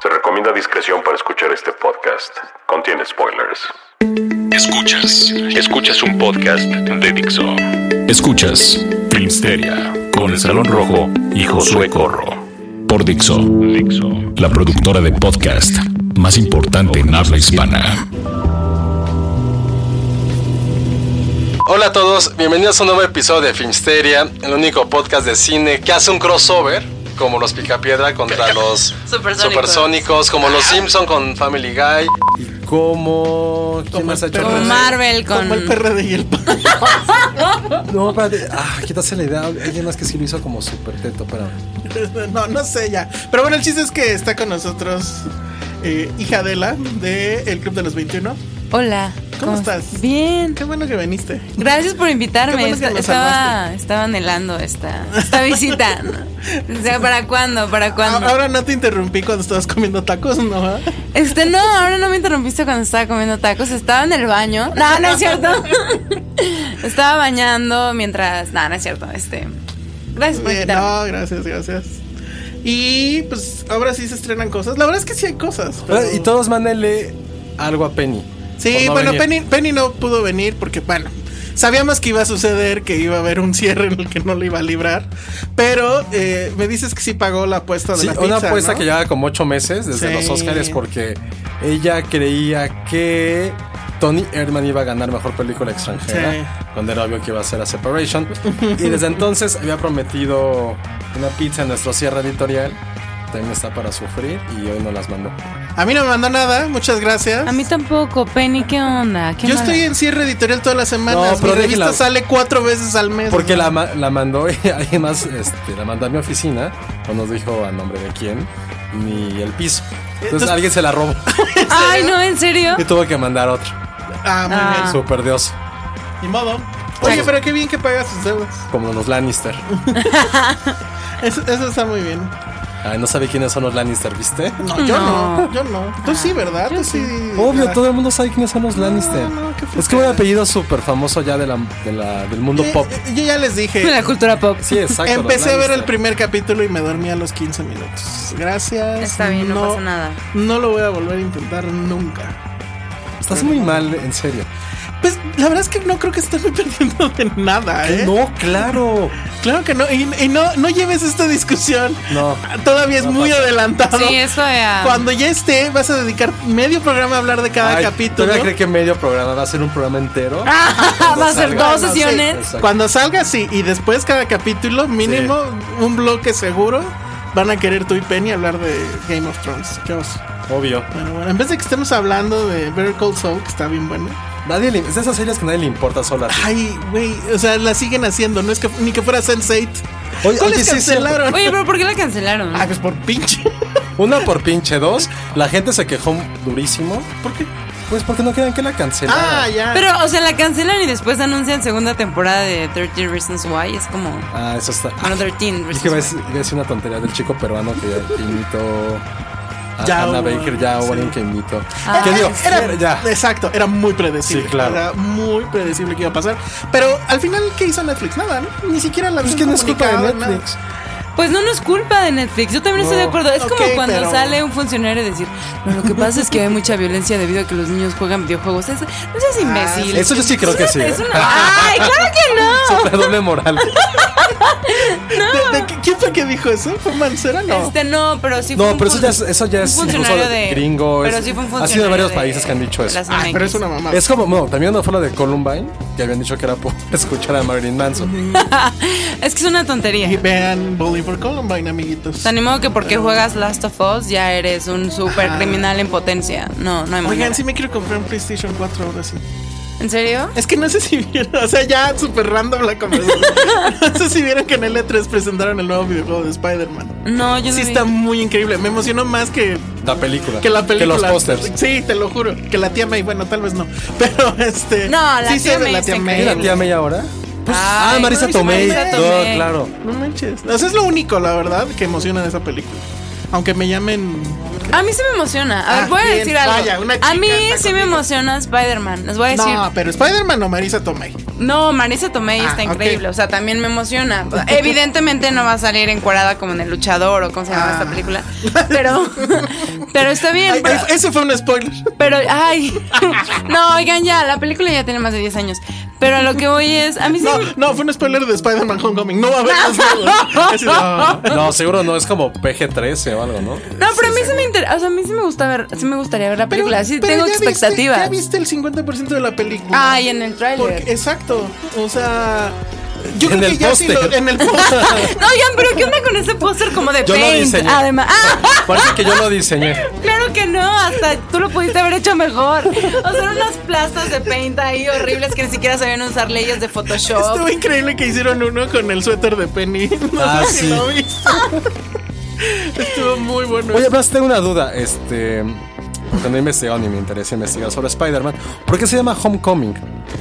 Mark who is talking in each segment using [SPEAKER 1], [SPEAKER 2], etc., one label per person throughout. [SPEAKER 1] Se recomienda discreción para escuchar este podcast. Contiene spoilers.
[SPEAKER 2] Escuchas, escuchas un podcast de Dixo. Escuchas Filmsteria con el Salón Rojo y Josué Corro. Por Dixo, Dixo, la productora de podcast más importante en habla hispana.
[SPEAKER 3] Hola a todos, bienvenidos a un nuevo episodio de Filmsteria, el único podcast de cine que hace un crossover como los Picapiedra contra los
[SPEAKER 4] Supersónicos.
[SPEAKER 3] Supersónicos, como los Simpson con Family Guy y como ¿quién más ha hecho
[SPEAKER 4] Como
[SPEAKER 3] otras?
[SPEAKER 4] Marvel con.
[SPEAKER 5] Como el PRD y el PAN.
[SPEAKER 3] No, espérate, ah, quítase la idea, alguien más que sí lo hizo como super teto, pero
[SPEAKER 5] No, no sé ya. Pero bueno, el chiste es que está con nosotros eh, hija Adela de El Club de los 21.
[SPEAKER 4] Hola.
[SPEAKER 5] ¿Cómo estás?
[SPEAKER 4] Bien.
[SPEAKER 5] Qué bueno que viniste.
[SPEAKER 4] Gracias por invitarme.
[SPEAKER 5] Qué bueno que
[SPEAKER 4] Esta-
[SPEAKER 5] nos
[SPEAKER 4] estaba,
[SPEAKER 5] armaste.
[SPEAKER 4] estaba anhelando esta, esta visita. ¿no? O sea, ¿para cuándo? ¿Para cuándo?
[SPEAKER 5] A- Ah, Ahora no te interrumpí cuando estabas comiendo tacos, ¿no? va?
[SPEAKER 4] Este, no, ahora no me interrumpiste cuando estaba comiendo tacos. Estaba en el baño. No, no es cierto. estaba bañando mientras. No, no es cierto. Este. Gracias por
[SPEAKER 5] Eh,
[SPEAKER 4] invitarme.
[SPEAKER 5] no, gracias, gracias. Y pues ahora sí se estrenan cosas. La verdad es que sí hay cosas. pero-
[SPEAKER 6] Ah, Y todos mándenle algo a Penny.
[SPEAKER 5] Sí,
[SPEAKER 6] por no
[SPEAKER 5] bueno,
[SPEAKER 6] venir.
[SPEAKER 5] Penny, Penny no pudo venir porque, bueno, sabíamos que iba a suceder, que iba a haber un cierre en el que no lo iba a librar. Pero eh, me dices que sí pagó la apuesta de
[SPEAKER 6] Sí,
[SPEAKER 5] la
[SPEAKER 6] una
[SPEAKER 5] pizza,
[SPEAKER 6] apuesta
[SPEAKER 5] ¿no?
[SPEAKER 6] que llevaba como ocho meses desde
[SPEAKER 5] Sí.
[SPEAKER 6] los Oscars porque ella creía que Tony Erdman iba a ganar mejor película extranjera
[SPEAKER 5] Sí.
[SPEAKER 6] cuando era obvio que iba a ser a Separation. y desde entonces había prometido una pizza en nuestro cierre editorial. También está para sufrir y hoy no las mandó.
[SPEAKER 5] A mí no me mandó nada, muchas gracias.
[SPEAKER 4] A mí tampoco, Penny, ¿qué onda? ¿Qué
[SPEAKER 5] Yo
[SPEAKER 4] mala-
[SPEAKER 5] estoy en cierre editorial todas las
[SPEAKER 6] No,
[SPEAKER 5] semanas.
[SPEAKER 6] pero
[SPEAKER 5] Mi revista
[SPEAKER 6] déjela.
[SPEAKER 5] sale cuatro veces al mes.
[SPEAKER 6] Porque la, ma- la mandó y además este, la mandó a mi oficina. No nos dijo a nombre de quién ni el piso. Entonces
[SPEAKER 5] Entonces-
[SPEAKER 6] alguien se la robó
[SPEAKER 4] Ay, no, ¿en serio?
[SPEAKER 6] y tuvo que mandar otra.
[SPEAKER 5] Ah, muy
[SPEAKER 4] Ah.
[SPEAKER 6] Super dios.
[SPEAKER 5] bien. Ni modo. Oye, pero qué bien que pagas sus deudas.
[SPEAKER 6] Como los Lannister.
[SPEAKER 5] Eso, eso está muy bien.
[SPEAKER 6] Ay, no sabe quiénes son los Lannister, ¿viste?
[SPEAKER 5] No, yo no. Yo no. Tú
[SPEAKER 4] Ah,
[SPEAKER 5] sí, ¿verdad? Tú sí.
[SPEAKER 6] Obvio,
[SPEAKER 5] Ah.
[SPEAKER 6] todo el mundo sabe quiénes son los Lannister.
[SPEAKER 5] no, qué flojera.
[SPEAKER 6] es que un apellido súper famoso ya de la, de la- del mundo
[SPEAKER 5] Eh,
[SPEAKER 6] pop.
[SPEAKER 5] eh, Yo ya les
[SPEAKER 4] De la
[SPEAKER 5] dije.
[SPEAKER 4] cultura pop.
[SPEAKER 6] Sí, exacto. los
[SPEAKER 5] Empecé a ver el
[SPEAKER 6] Lannister.
[SPEAKER 5] primer capítulo y me dormí a los 15 minutos. Gracias.
[SPEAKER 4] Está bien, no pasa nada.
[SPEAKER 5] No lo voy a volver a intentar nunca.
[SPEAKER 6] Estás muy mal, en serio.
[SPEAKER 5] Pues la verdad es que no creo que esté perdiendo de nada, ¿eh?
[SPEAKER 6] No, claro.
[SPEAKER 5] Claro que no. Y, y no, no lleves esta discusión.
[SPEAKER 6] No.
[SPEAKER 5] Todavía es muy adelantado.
[SPEAKER 4] Sí, ah. eso ya.
[SPEAKER 5] Cuando ya esté, vas a dedicar medio programa a hablar de cada
[SPEAKER 6] Ay,
[SPEAKER 5] Ah, capítulo. Ah,
[SPEAKER 6] ¿Todavía cree que medio programa va a ser un programa entero?
[SPEAKER 4] Ah, Va a ser
[SPEAKER 6] Salga.
[SPEAKER 4] dos
[SPEAKER 5] Bueno, sí.
[SPEAKER 4] sesiones.
[SPEAKER 6] Exacto.
[SPEAKER 5] Cuando salga, sí. Y después cada capítulo, mínimo un bloque seguro, van a querer tú y Penny hablar de Game of Thrones. Qué oso.
[SPEAKER 6] Obvio.
[SPEAKER 5] Bueno, bueno, en vez de que estemos hablando de Better Call Saul, que está bien bueno.
[SPEAKER 6] Nadie le- es de esas series que nadie le importa solo a ti.
[SPEAKER 5] Ay, güey, o sea, la siguen haciendo, no es que ni que fuera Sense8.
[SPEAKER 6] Oye,
[SPEAKER 5] ¿Cuáles
[SPEAKER 6] oye, sí, sí.
[SPEAKER 5] cancelaron?
[SPEAKER 4] Oye, pero ¿por qué la cancelaron?
[SPEAKER 6] Ah,
[SPEAKER 5] Ay, pues por pinche.
[SPEAKER 6] Una por pinche dos. La gente se quejó durísimo.
[SPEAKER 5] ¿Por qué?
[SPEAKER 6] Pues porque no querían que la cancelara.
[SPEAKER 5] Ah, ya.
[SPEAKER 4] Pero, o sea, la cancelan y después anuncian segunda temporada de 13 Reasons Why. Es como.
[SPEAKER 6] Ah, eso está.
[SPEAKER 4] Bueno, 13
[SPEAKER 6] Dije, iba a
[SPEAKER 4] Reasons
[SPEAKER 6] decir- iba a decir una tontería del chico peruano que imitó a
[SPEAKER 5] Ya
[SPEAKER 6] Hannah
[SPEAKER 5] hubo,
[SPEAKER 6] Baker, ya
[SPEAKER 5] sí.
[SPEAKER 6] hubo alguien que imitó.
[SPEAKER 4] Ah.
[SPEAKER 6] ¿Qué digo?
[SPEAKER 5] Era-
[SPEAKER 6] ya.
[SPEAKER 5] Exacto, era muy predecible.
[SPEAKER 6] Sí, claro.
[SPEAKER 5] Era muy predecible que iba a pasar. Pero al final, ¿qué hizo Netflix? Nada, ¿no? Ni siquiera la
[SPEAKER 6] Pues
[SPEAKER 5] habían
[SPEAKER 6] que no es culpa de
[SPEAKER 5] comunicado, nada.
[SPEAKER 6] Netflix.
[SPEAKER 4] Why. Pues no, no es culpa de Netflix. Yo también estoy de
[SPEAKER 6] No.
[SPEAKER 4] acuerdo. Es
[SPEAKER 5] Ok,
[SPEAKER 4] como cuando
[SPEAKER 5] pero-
[SPEAKER 4] sale un funcionario y decir, No, lo que pasa es que hay mucha violencia debido a que los niños juegan videojuegos. Es- no seas imbécil.
[SPEAKER 6] Ah, eso yo sí creo que
[SPEAKER 4] Es una-
[SPEAKER 6] sí.
[SPEAKER 4] es una- ¡Ay, claro que no!
[SPEAKER 6] Súper doble moral.
[SPEAKER 5] ¿De- de qué- ¿Quién fue que dijo eso? ¿Fue Mancera? No.
[SPEAKER 4] Este no, pero sí fue
[SPEAKER 6] No,
[SPEAKER 4] un
[SPEAKER 6] pero eso ya, es-
[SPEAKER 4] fun-
[SPEAKER 6] eso ya
[SPEAKER 4] un
[SPEAKER 6] es
[SPEAKER 4] funcionario
[SPEAKER 6] incluso
[SPEAKER 4] de
[SPEAKER 6] gringo.
[SPEAKER 4] Pero
[SPEAKER 6] es-
[SPEAKER 4] sí fue un
[SPEAKER 6] ha
[SPEAKER 4] funcionario
[SPEAKER 6] sido de varios
[SPEAKER 4] de-
[SPEAKER 6] países que han dicho
[SPEAKER 4] de
[SPEAKER 6] eso.
[SPEAKER 4] las
[SPEAKER 5] Ay, pero
[SPEAKER 4] MX.
[SPEAKER 5] es una mamada.
[SPEAKER 6] Es como, no, también cuando fue lo de Columbine, que habían dicho que era por escuchar a Marilyn Manson.
[SPEAKER 4] Es que es una tontería.
[SPEAKER 5] Y vean Bully for Columbine, amiguitos.
[SPEAKER 4] O sea, ni modo que porque juegas Last of Us ya eres un super criminal en potencia. No, no hay manera.
[SPEAKER 5] Oigan, sí me quiero comprar un PlayStation 4 ahora sí.
[SPEAKER 4] ¿En serio?
[SPEAKER 5] Es que no sé si vieron, o sea, ya súper random la conversación. no sé si vieron que en L3 presentaron el nuevo videojuego de Spider-Man.
[SPEAKER 4] No, yo no
[SPEAKER 5] Sí,
[SPEAKER 4] vi.
[SPEAKER 5] está muy increíble. Me emocionó más que,
[SPEAKER 6] La película.
[SPEAKER 5] que la película.
[SPEAKER 6] Que los pósters.
[SPEAKER 5] Sí, te lo juro. Que la tía May, bueno, tal vez no. Pero este.
[SPEAKER 4] No, la
[SPEAKER 5] sí
[SPEAKER 4] tía
[SPEAKER 5] se ve
[SPEAKER 4] May
[SPEAKER 5] la
[SPEAKER 4] está
[SPEAKER 5] tía May.
[SPEAKER 6] ¿Era tía May ahora?
[SPEAKER 5] Pues,
[SPEAKER 4] Ay,
[SPEAKER 6] ah, Marisa
[SPEAKER 4] Marisa
[SPEAKER 6] Tomei.
[SPEAKER 4] Tomei.
[SPEAKER 6] No, claro.
[SPEAKER 5] No manches. O sea, es lo único, la verdad, que emociona de esa película. Aunque me llamen.
[SPEAKER 4] A mí sí me emociona. A
[SPEAKER 5] Ah,
[SPEAKER 4] ver, voy a
[SPEAKER 5] bien,
[SPEAKER 4] decir algo.
[SPEAKER 5] vaya, una
[SPEAKER 4] a
[SPEAKER 5] chica
[SPEAKER 4] mí
[SPEAKER 5] está
[SPEAKER 4] sí me
[SPEAKER 5] conmigo.
[SPEAKER 4] emociona Spider-Man. Les voy a decir.
[SPEAKER 5] No, pero Spider-Man o Marisa Tomei.
[SPEAKER 4] No, Marisa Tomei
[SPEAKER 5] Ah,
[SPEAKER 4] está
[SPEAKER 5] ok.
[SPEAKER 4] increíble. O sea, también me emociona. Evidentemente no va a salir encuadrada como en El Luchador o como se llama
[SPEAKER 5] Ah.
[SPEAKER 4] esta película. Pero, pero está bien.
[SPEAKER 5] Ay,
[SPEAKER 4] pero-
[SPEAKER 5] ay, ese fue un spoiler.
[SPEAKER 4] Pero, ay. No, oigan, ya, la película ya tiene más de 10 años. Pero a lo que voy es. A mí sí.
[SPEAKER 5] No, no, fue un spoiler de Spider-Man Homecoming. No va a haber más juegos. Así de, ah.
[SPEAKER 6] No, seguro no, es como PG-13 o algo, ¿no?
[SPEAKER 4] No, pero a mí sí, me interesa. O sea, a mí sí me gusta ver. Sí me gustaría ver la
[SPEAKER 5] Pero-
[SPEAKER 4] película. Sí,
[SPEAKER 5] pero
[SPEAKER 4] tengo
[SPEAKER 5] ya viste-
[SPEAKER 4] expectativas. Ah,
[SPEAKER 5] ya viste el 50% de la película.
[SPEAKER 4] Ay, en el
[SPEAKER 5] Porque-
[SPEAKER 4] tráiler.
[SPEAKER 5] exacto. O sea, yo
[SPEAKER 6] En
[SPEAKER 5] creo que
[SPEAKER 6] el
[SPEAKER 5] ya sí lo-
[SPEAKER 6] póster.
[SPEAKER 5] en el póster.
[SPEAKER 4] No, oigan, pero ¿qué onda con ese póster como de
[SPEAKER 6] Yo lo
[SPEAKER 4] Paint?
[SPEAKER 6] diseñé.
[SPEAKER 4] Además. ¡Ah!
[SPEAKER 6] Parece que yo lo diseñé.
[SPEAKER 4] Claro que no, hasta tú lo pudiste haber hecho mejor. O sea, unas plastas de paint ahí horribles que ni siquiera sabían usar leyes de Photoshop.
[SPEAKER 5] Estuvo increíble que hicieron uno con el suéter de Penny. No
[SPEAKER 6] Ah,
[SPEAKER 5] sé si
[SPEAKER 6] sí.
[SPEAKER 5] lo viste. Estuvo muy bueno.
[SPEAKER 6] Oye, pero tengo una duda. Este. Cuando he investigado ni me interesa investigar sobre Spider-Man, ¿por qué se llama Homecoming?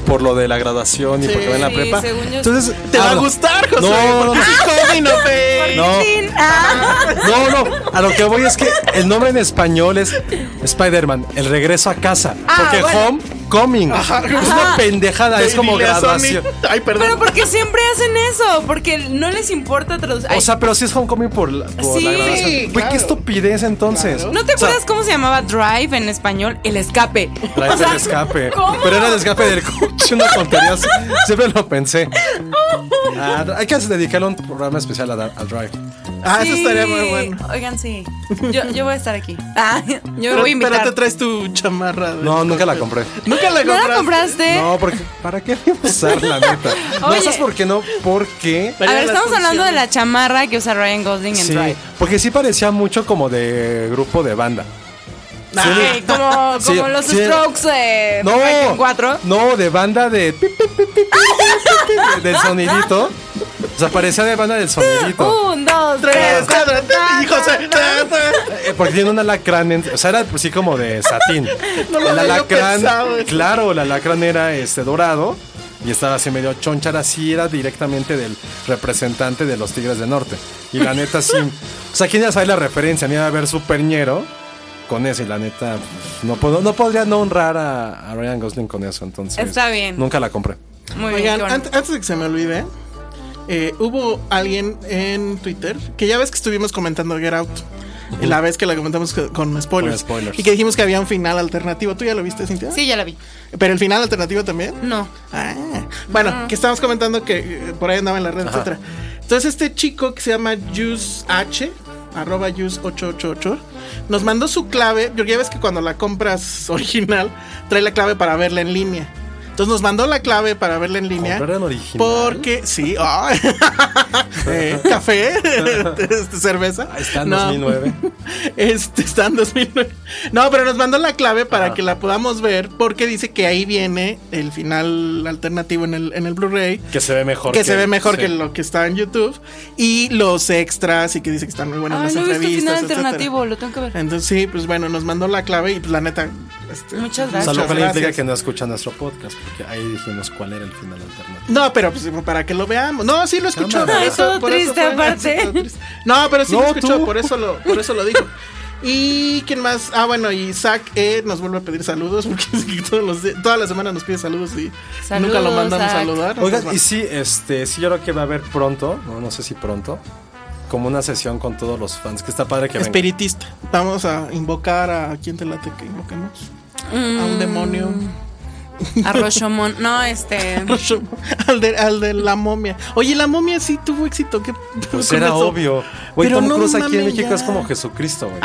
[SPEAKER 6] Por lo de la graduación y porque va en la
[SPEAKER 4] Sí,
[SPEAKER 6] prepa.
[SPEAKER 4] según yo
[SPEAKER 6] Entonces,
[SPEAKER 5] Te va a
[SPEAKER 6] habla-
[SPEAKER 5] gustar, José.
[SPEAKER 6] No, no,
[SPEAKER 5] porque
[SPEAKER 6] no.
[SPEAKER 5] es coming of age.
[SPEAKER 6] No.
[SPEAKER 4] Chin. Ah.
[SPEAKER 6] No, no, a lo que voy es que el nombre en español es Spider-Man, el regreso a casa.
[SPEAKER 4] Ah,
[SPEAKER 6] porque
[SPEAKER 4] bueno.
[SPEAKER 6] homecoming es una pendejada, es
[SPEAKER 5] Dile
[SPEAKER 6] como
[SPEAKER 5] a Sony.
[SPEAKER 6] graduación.
[SPEAKER 5] Ay,
[SPEAKER 4] Pero
[SPEAKER 5] perdón.
[SPEAKER 4] porque siempre hacen eso, porque no les importa traducir.
[SPEAKER 6] O sea, pero sí es homecoming por la, por la
[SPEAKER 4] Sí,
[SPEAKER 6] graduación. Güey,
[SPEAKER 5] claro.
[SPEAKER 6] qué estupidez entonces.
[SPEAKER 4] ¿No te
[SPEAKER 6] O sea,
[SPEAKER 4] acuerdas cómo se llamaba Drive en español? El escape.
[SPEAKER 6] Trae
[SPEAKER 4] O sea,
[SPEAKER 6] el escape.
[SPEAKER 4] ¿cómo?
[SPEAKER 6] Pero era el escape del coche, una tontería. Siempre lo pensé. Ah, hay que dedicarle un programa especial a, dar- a Drive.
[SPEAKER 5] Ah, eso
[SPEAKER 4] Sí.
[SPEAKER 5] estaría muy bueno.
[SPEAKER 4] Oigan, sí. Yo, yo voy a estar aquí. Ah, yo
[SPEAKER 5] Pero,
[SPEAKER 4] voy a
[SPEAKER 5] pero
[SPEAKER 4] invitar.
[SPEAKER 5] te traes tu chamarra. de-
[SPEAKER 6] No, nunca la compré.
[SPEAKER 5] Nunca la
[SPEAKER 4] ¿No
[SPEAKER 5] compraste.
[SPEAKER 4] la compraste?
[SPEAKER 6] No, porque ¿para qué voy a usar la neta? No,
[SPEAKER 4] Oye.
[SPEAKER 6] ¿sabes por qué no? Porque
[SPEAKER 4] A ver,
[SPEAKER 5] la
[SPEAKER 4] estamos
[SPEAKER 5] función.
[SPEAKER 4] hablando de la chamarra que usa Ryan Gosling en
[SPEAKER 6] Sí,
[SPEAKER 4] Drive.
[SPEAKER 6] porque sí parecía mucho como de grupo de banda.
[SPEAKER 4] Ay, como como
[SPEAKER 6] Sí,
[SPEAKER 4] los
[SPEAKER 6] sí.
[SPEAKER 4] Strokes eh,
[SPEAKER 6] No,
[SPEAKER 4] Frank en cuatro.
[SPEAKER 6] no, de banda de pi, pi, pi, pi, pi, pi, pi, del sonidito. O sea, parecía de banda del sonidito.
[SPEAKER 4] Un, dos,
[SPEAKER 5] Tres,
[SPEAKER 4] tres, cuatro.
[SPEAKER 5] cuatro, tres, y José. tres, tres.
[SPEAKER 6] Eh, Porque tiene un alacrán, en- o sea, era así como de satín.
[SPEAKER 5] No lo
[SPEAKER 6] el
[SPEAKER 5] había yo
[SPEAKER 6] alacrán,
[SPEAKER 5] pensado.
[SPEAKER 6] claro, el alacrán era este dorado y estaba así medio chonchar, así era directamente del representante de los Tigres del Norte. Y la neta, sí. O sea, ¿quién ya sabe la referencia? Ni iba a ver Superñero con eso. Y la neta, pues, no, puedo, no podría no honrar a, a Ryan Gosling con eso. Entonces,
[SPEAKER 4] Está bien.
[SPEAKER 6] Nunca la compré.
[SPEAKER 4] Muy bien.
[SPEAKER 5] Oigan,
[SPEAKER 4] qué bueno.
[SPEAKER 5] ant- antes de que se me olvide, eh, hubo alguien en Twitter que ya ves que estuvimos comentando Get Out. y La vez que la comentamos co- con spoilers,
[SPEAKER 6] Con spoilers.
[SPEAKER 5] Y que dijimos que había un final alternativo. ¿Tú ya lo viste, Cintia?
[SPEAKER 4] Sí, ya la vi.
[SPEAKER 5] ¿Pero el final alternativo también?
[SPEAKER 4] No.
[SPEAKER 5] Ah, bueno, que estábamos comentando que eh, por ahí andaba en la red, etcétera. Entonces este chico que se llama Juice H, arroba Juice 888, nos mandó su clave, porque ya ves que cuando la compras original, trae la clave para verla en línea. Entonces nos mandó la clave para verla en línea.
[SPEAKER 6] ¿Comprar en original?
[SPEAKER 5] Porque, sí, ah, eh, café, este, cerveza.
[SPEAKER 6] Está en
[SPEAKER 5] No.
[SPEAKER 6] 2009.
[SPEAKER 5] Este, está en 2009. No, pero nos mandó la clave para que la podamos ver porque dice que ahí viene el final alternativo en el, en el Blu-ray.
[SPEAKER 6] Que se ve mejor.
[SPEAKER 5] Que se ve mejor
[SPEAKER 6] sí.
[SPEAKER 5] que lo que está en YouTube. Y los extras y que dice que están muy buenas
[SPEAKER 4] Ah,
[SPEAKER 5] las
[SPEAKER 4] no he visto
[SPEAKER 5] entrevistas.
[SPEAKER 4] final
[SPEAKER 5] etcétera.
[SPEAKER 4] alternativo, lo tengo que ver.
[SPEAKER 5] Entonces sí, pues bueno, nos mandó la clave y pues la neta... este,
[SPEAKER 4] Muchas
[SPEAKER 6] O sea,
[SPEAKER 4] gracias.
[SPEAKER 6] lo cual implica
[SPEAKER 5] gracias.
[SPEAKER 6] que no escucha nuestro podcast, porque ahí dijimos cuál era el final alternativo.
[SPEAKER 5] No, pero pues para que lo veamos. No, sí lo escuchó.
[SPEAKER 6] Cámara.
[SPEAKER 5] por
[SPEAKER 6] Ay,
[SPEAKER 4] todo triste
[SPEAKER 5] fue-
[SPEAKER 4] aparte.
[SPEAKER 5] sí, todo triste. No, pero sí lo
[SPEAKER 6] No,
[SPEAKER 5] escuchó,
[SPEAKER 6] tú.
[SPEAKER 5] por eso lo, por eso lo dijo. Y quién más, ah bueno, y Zach eh, nos vuelve a pedir saludos porque sí, todos los di- todas las semanas nos pide saludos y
[SPEAKER 4] Saludos,
[SPEAKER 5] nunca lo mandamos a
[SPEAKER 4] Zach.
[SPEAKER 5] saludar.
[SPEAKER 6] Oigan,
[SPEAKER 5] Entonces,
[SPEAKER 6] y sí, este, sí, yo creo que va a haber pronto, no, no sé si pronto, como una sesión con todos los fans, que está padre que vengan.
[SPEAKER 5] Espiritista. Vamos a invocar a. ¿Quién te late que invoquemos? A
[SPEAKER 4] Mm.
[SPEAKER 5] un demonio.
[SPEAKER 4] A Rashomon. No, este.
[SPEAKER 5] Al de, al de la momia. Oye, la momia sí tuvo éxito. ¿Qué pedo
[SPEAKER 6] Pues
[SPEAKER 5] con
[SPEAKER 6] era
[SPEAKER 5] eso?
[SPEAKER 6] obvio. Güey,
[SPEAKER 5] Pero
[SPEAKER 6] Tom
[SPEAKER 5] no
[SPEAKER 6] Cruise aquí en
[SPEAKER 5] mames,
[SPEAKER 6] México
[SPEAKER 5] ya. Ah,
[SPEAKER 6] es como Jesucristo, güey.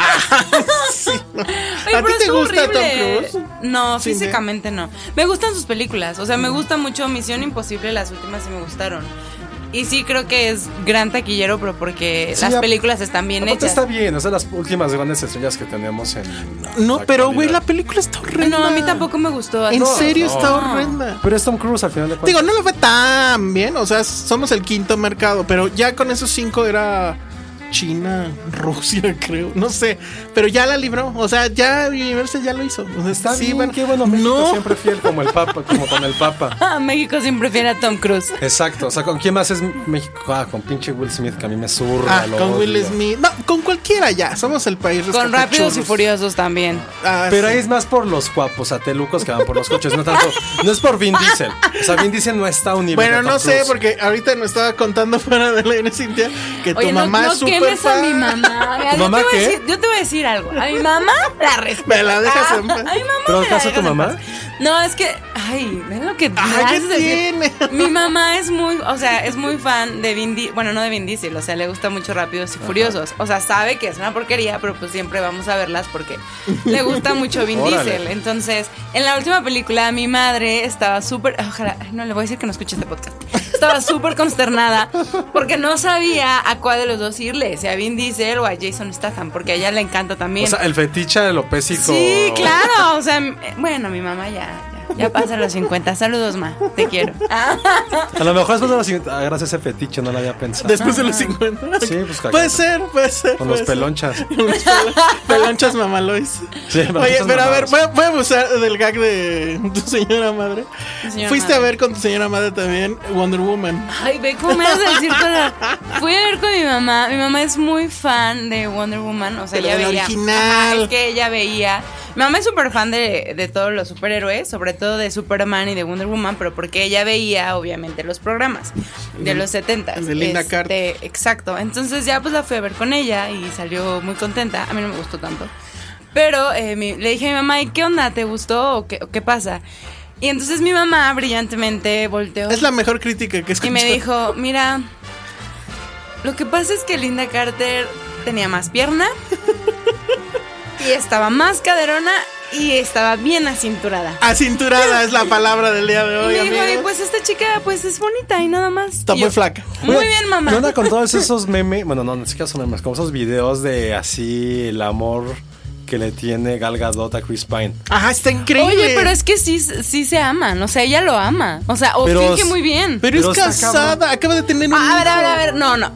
[SPEAKER 5] Sí, no.
[SPEAKER 4] Ay,
[SPEAKER 5] ¿A ti
[SPEAKER 4] pero
[SPEAKER 5] te
[SPEAKER 4] es
[SPEAKER 5] gusta
[SPEAKER 4] horrible.
[SPEAKER 5] Tom Cruise?
[SPEAKER 4] No,
[SPEAKER 5] Sí,
[SPEAKER 4] físicamente no. Me gustan sus películas. O sea, me gusta mucho Misión Imposible, las últimas sí me gustaron. Y sí creo que es gran taquillero, pero porque
[SPEAKER 6] Sí,
[SPEAKER 4] las
[SPEAKER 6] ap-
[SPEAKER 4] películas están bien
[SPEAKER 6] Aparte
[SPEAKER 4] hechas.
[SPEAKER 6] está bien, es de las últimas grandes estrellas que tenemos en. la
[SPEAKER 5] No, pero güey, la
[SPEAKER 6] actualidad.
[SPEAKER 5] película está horrenda.
[SPEAKER 4] No, a mí tampoco me gustó.
[SPEAKER 5] En
[SPEAKER 4] No,
[SPEAKER 5] serio
[SPEAKER 4] no.
[SPEAKER 5] está horrenda.
[SPEAKER 6] Pero es Tom Cruise al final de
[SPEAKER 5] Digo,
[SPEAKER 6] cuentas.
[SPEAKER 5] no le fue tan bien, o sea, somos el quinto mercado, pero ya con esos cinco era China, Rusia, creo, no sé, pero ya la libró, o sea, ya Universal ya lo hizo. O sea,
[SPEAKER 6] está
[SPEAKER 5] sí,
[SPEAKER 6] bien,
[SPEAKER 5] bueno,
[SPEAKER 6] qué bueno, México
[SPEAKER 5] no.
[SPEAKER 6] siempre fiel como el Papa, como con el Papa.
[SPEAKER 4] Ah, México siempre prefiere a Tom Cruise.
[SPEAKER 6] Exacto, o sea, ¿con quién más es México? Ah, con pinche Will Smith, que a mí me zurra.
[SPEAKER 5] Ah,
[SPEAKER 6] lo
[SPEAKER 5] con Will
[SPEAKER 6] odio.
[SPEAKER 5] Smith, no, con cualquiera ya, somos el país
[SPEAKER 4] Con Rápidos y
[SPEAKER 5] rescatachurros.
[SPEAKER 4] Furiosos también.
[SPEAKER 5] Ah,
[SPEAKER 6] Pero
[SPEAKER 5] sí.
[SPEAKER 6] ahí es más por los guapos atelucos que van por los coches, no tanto. No es por Vin Diesel. O sea, Vin Diesel no está a un nivel.
[SPEAKER 5] Bueno,
[SPEAKER 6] de Tom
[SPEAKER 5] no sé,
[SPEAKER 6] Cruise.
[SPEAKER 5] porque ahorita nos estaba contando fuera del aire, Cintia, que tu
[SPEAKER 4] Oye, no,
[SPEAKER 5] mamá
[SPEAKER 4] no
[SPEAKER 5] es súper
[SPEAKER 4] quemes a
[SPEAKER 5] fan.
[SPEAKER 4] mi mamá. Mira,
[SPEAKER 6] ¿Tu
[SPEAKER 4] yo
[SPEAKER 6] mamá
[SPEAKER 4] te voy a
[SPEAKER 6] qué?
[SPEAKER 4] decir- yo te voy a decir algo. A mi mamá la respeto. Ah,
[SPEAKER 5] Me la dejas en paz.
[SPEAKER 4] A mi mamá
[SPEAKER 6] ¿Pero
[SPEAKER 4] me la
[SPEAKER 6] acaso tu
[SPEAKER 4] dejas en
[SPEAKER 6] mamá?
[SPEAKER 4] paz. No, es que. Ay, ven lo que. me
[SPEAKER 5] Ay, ¿qué
[SPEAKER 4] haces decir.
[SPEAKER 5] Ah, tiene?
[SPEAKER 4] Mi mamá es muy. O sea, es muy fan de Vin Diesel. Bueno, no de Vin Diesel. O sea, le gusta mucho Rápidos y Furiosos. O sea, sabe que es una porquería, pero pues siempre vamos a verlas porque le gusta mucho Vin
[SPEAKER 6] Órale.
[SPEAKER 4] Diesel. Entonces, en la última película, mi madre estaba súper. Ojalá, ay, no le voy a decir que no escuche este podcast. Estaba súper consternada porque no sabía a cuál de los dos irle, si a Vin Diesel o a Jason Statham, porque a ella le encanta también.
[SPEAKER 6] O sea, el fetiche de lo pésico.
[SPEAKER 4] sí, claro. O sea, m- eh, bueno, mi mamá ya. Ya, ya pasa los 50. Saludos, ma. Te quiero. Ah,
[SPEAKER 6] A lo mejor después de los. cin- Ah, gracias a ese fetiche, no lo había pensado.
[SPEAKER 5] Después de los 50.
[SPEAKER 6] Sí, pues, cagado.
[SPEAKER 5] Puede ser, puede ser.
[SPEAKER 6] Con los
[SPEAKER 5] puede ser.
[SPEAKER 6] pelonchas.
[SPEAKER 5] Unas pel- pelonchas mamalois.
[SPEAKER 6] Sí,
[SPEAKER 5] Oye,
[SPEAKER 6] pelonchas
[SPEAKER 5] pero a ver,
[SPEAKER 6] mamadas.
[SPEAKER 5] voy a, voy a abusar del gag de tu señora madre.
[SPEAKER 4] señora
[SPEAKER 5] Fuiste
[SPEAKER 4] madre.
[SPEAKER 5] a ver con tu señora madre también Wonder Woman.
[SPEAKER 4] Ay, ve cómo me vas a decir cosas. Fui a ver con mi mamá. Mi mamá es muy fan de Wonder Woman. O sea,
[SPEAKER 5] Pero
[SPEAKER 4] ella
[SPEAKER 5] de la
[SPEAKER 4] veía.
[SPEAKER 5] original.
[SPEAKER 4] Ajá, es que ella veía. Mi mamá es súper fan de, de todos los superhéroes, sobre todo de Superman y de Wonder Woman, pero porque ella veía, obviamente, los programas de los 70.
[SPEAKER 5] el de Linda
[SPEAKER 4] Exacto. Entonces ya pues la fui a ver con ella y salió muy contenta. A mí no me gustó tanto. Pero eh, mi- le dije a mi mamá, "¿Y ¿qué onda? ¿Te gustó o qué, o qué pasa? Y entonces mi mamá brillantemente volteó.
[SPEAKER 5] Es la mejor crítica que
[SPEAKER 4] Y
[SPEAKER 5] escuché.
[SPEAKER 4] me dijo, mira, lo que pasa es que Linda Carter tenía más pierna y estaba más caderona y estaba bien acinturada.
[SPEAKER 5] Acinturada es la palabra del día de
[SPEAKER 4] Y
[SPEAKER 5] hoy,
[SPEAKER 4] me dijo,
[SPEAKER 5] amigos.
[SPEAKER 4] "Y pues esta chica pues es bonita y nada más.
[SPEAKER 5] Está
[SPEAKER 4] Y
[SPEAKER 5] muy
[SPEAKER 4] yo,
[SPEAKER 5] flaca.
[SPEAKER 4] Muy bien, mamá.
[SPEAKER 6] ¿Qué onda con todos esos memes? Bueno, no, ni siquiera son memes, como esos videos de así el amor que le tiene Gal Gadot a Chris Pine.
[SPEAKER 5] Ajá, está increíble.
[SPEAKER 4] Oye, pero es que sí, sí se aman, o sea, ella lo ama, o sea, o
[SPEAKER 6] Pero-
[SPEAKER 4] finge muy bien. Ah,
[SPEAKER 5] Pero
[SPEAKER 6] pero
[SPEAKER 5] es
[SPEAKER 6] está
[SPEAKER 5] casada,
[SPEAKER 6] cabrón.
[SPEAKER 5] acaba de tener un
[SPEAKER 4] a ver,
[SPEAKER 5] hijo.
[SPEAKER 4] a ver, a ver, no, no.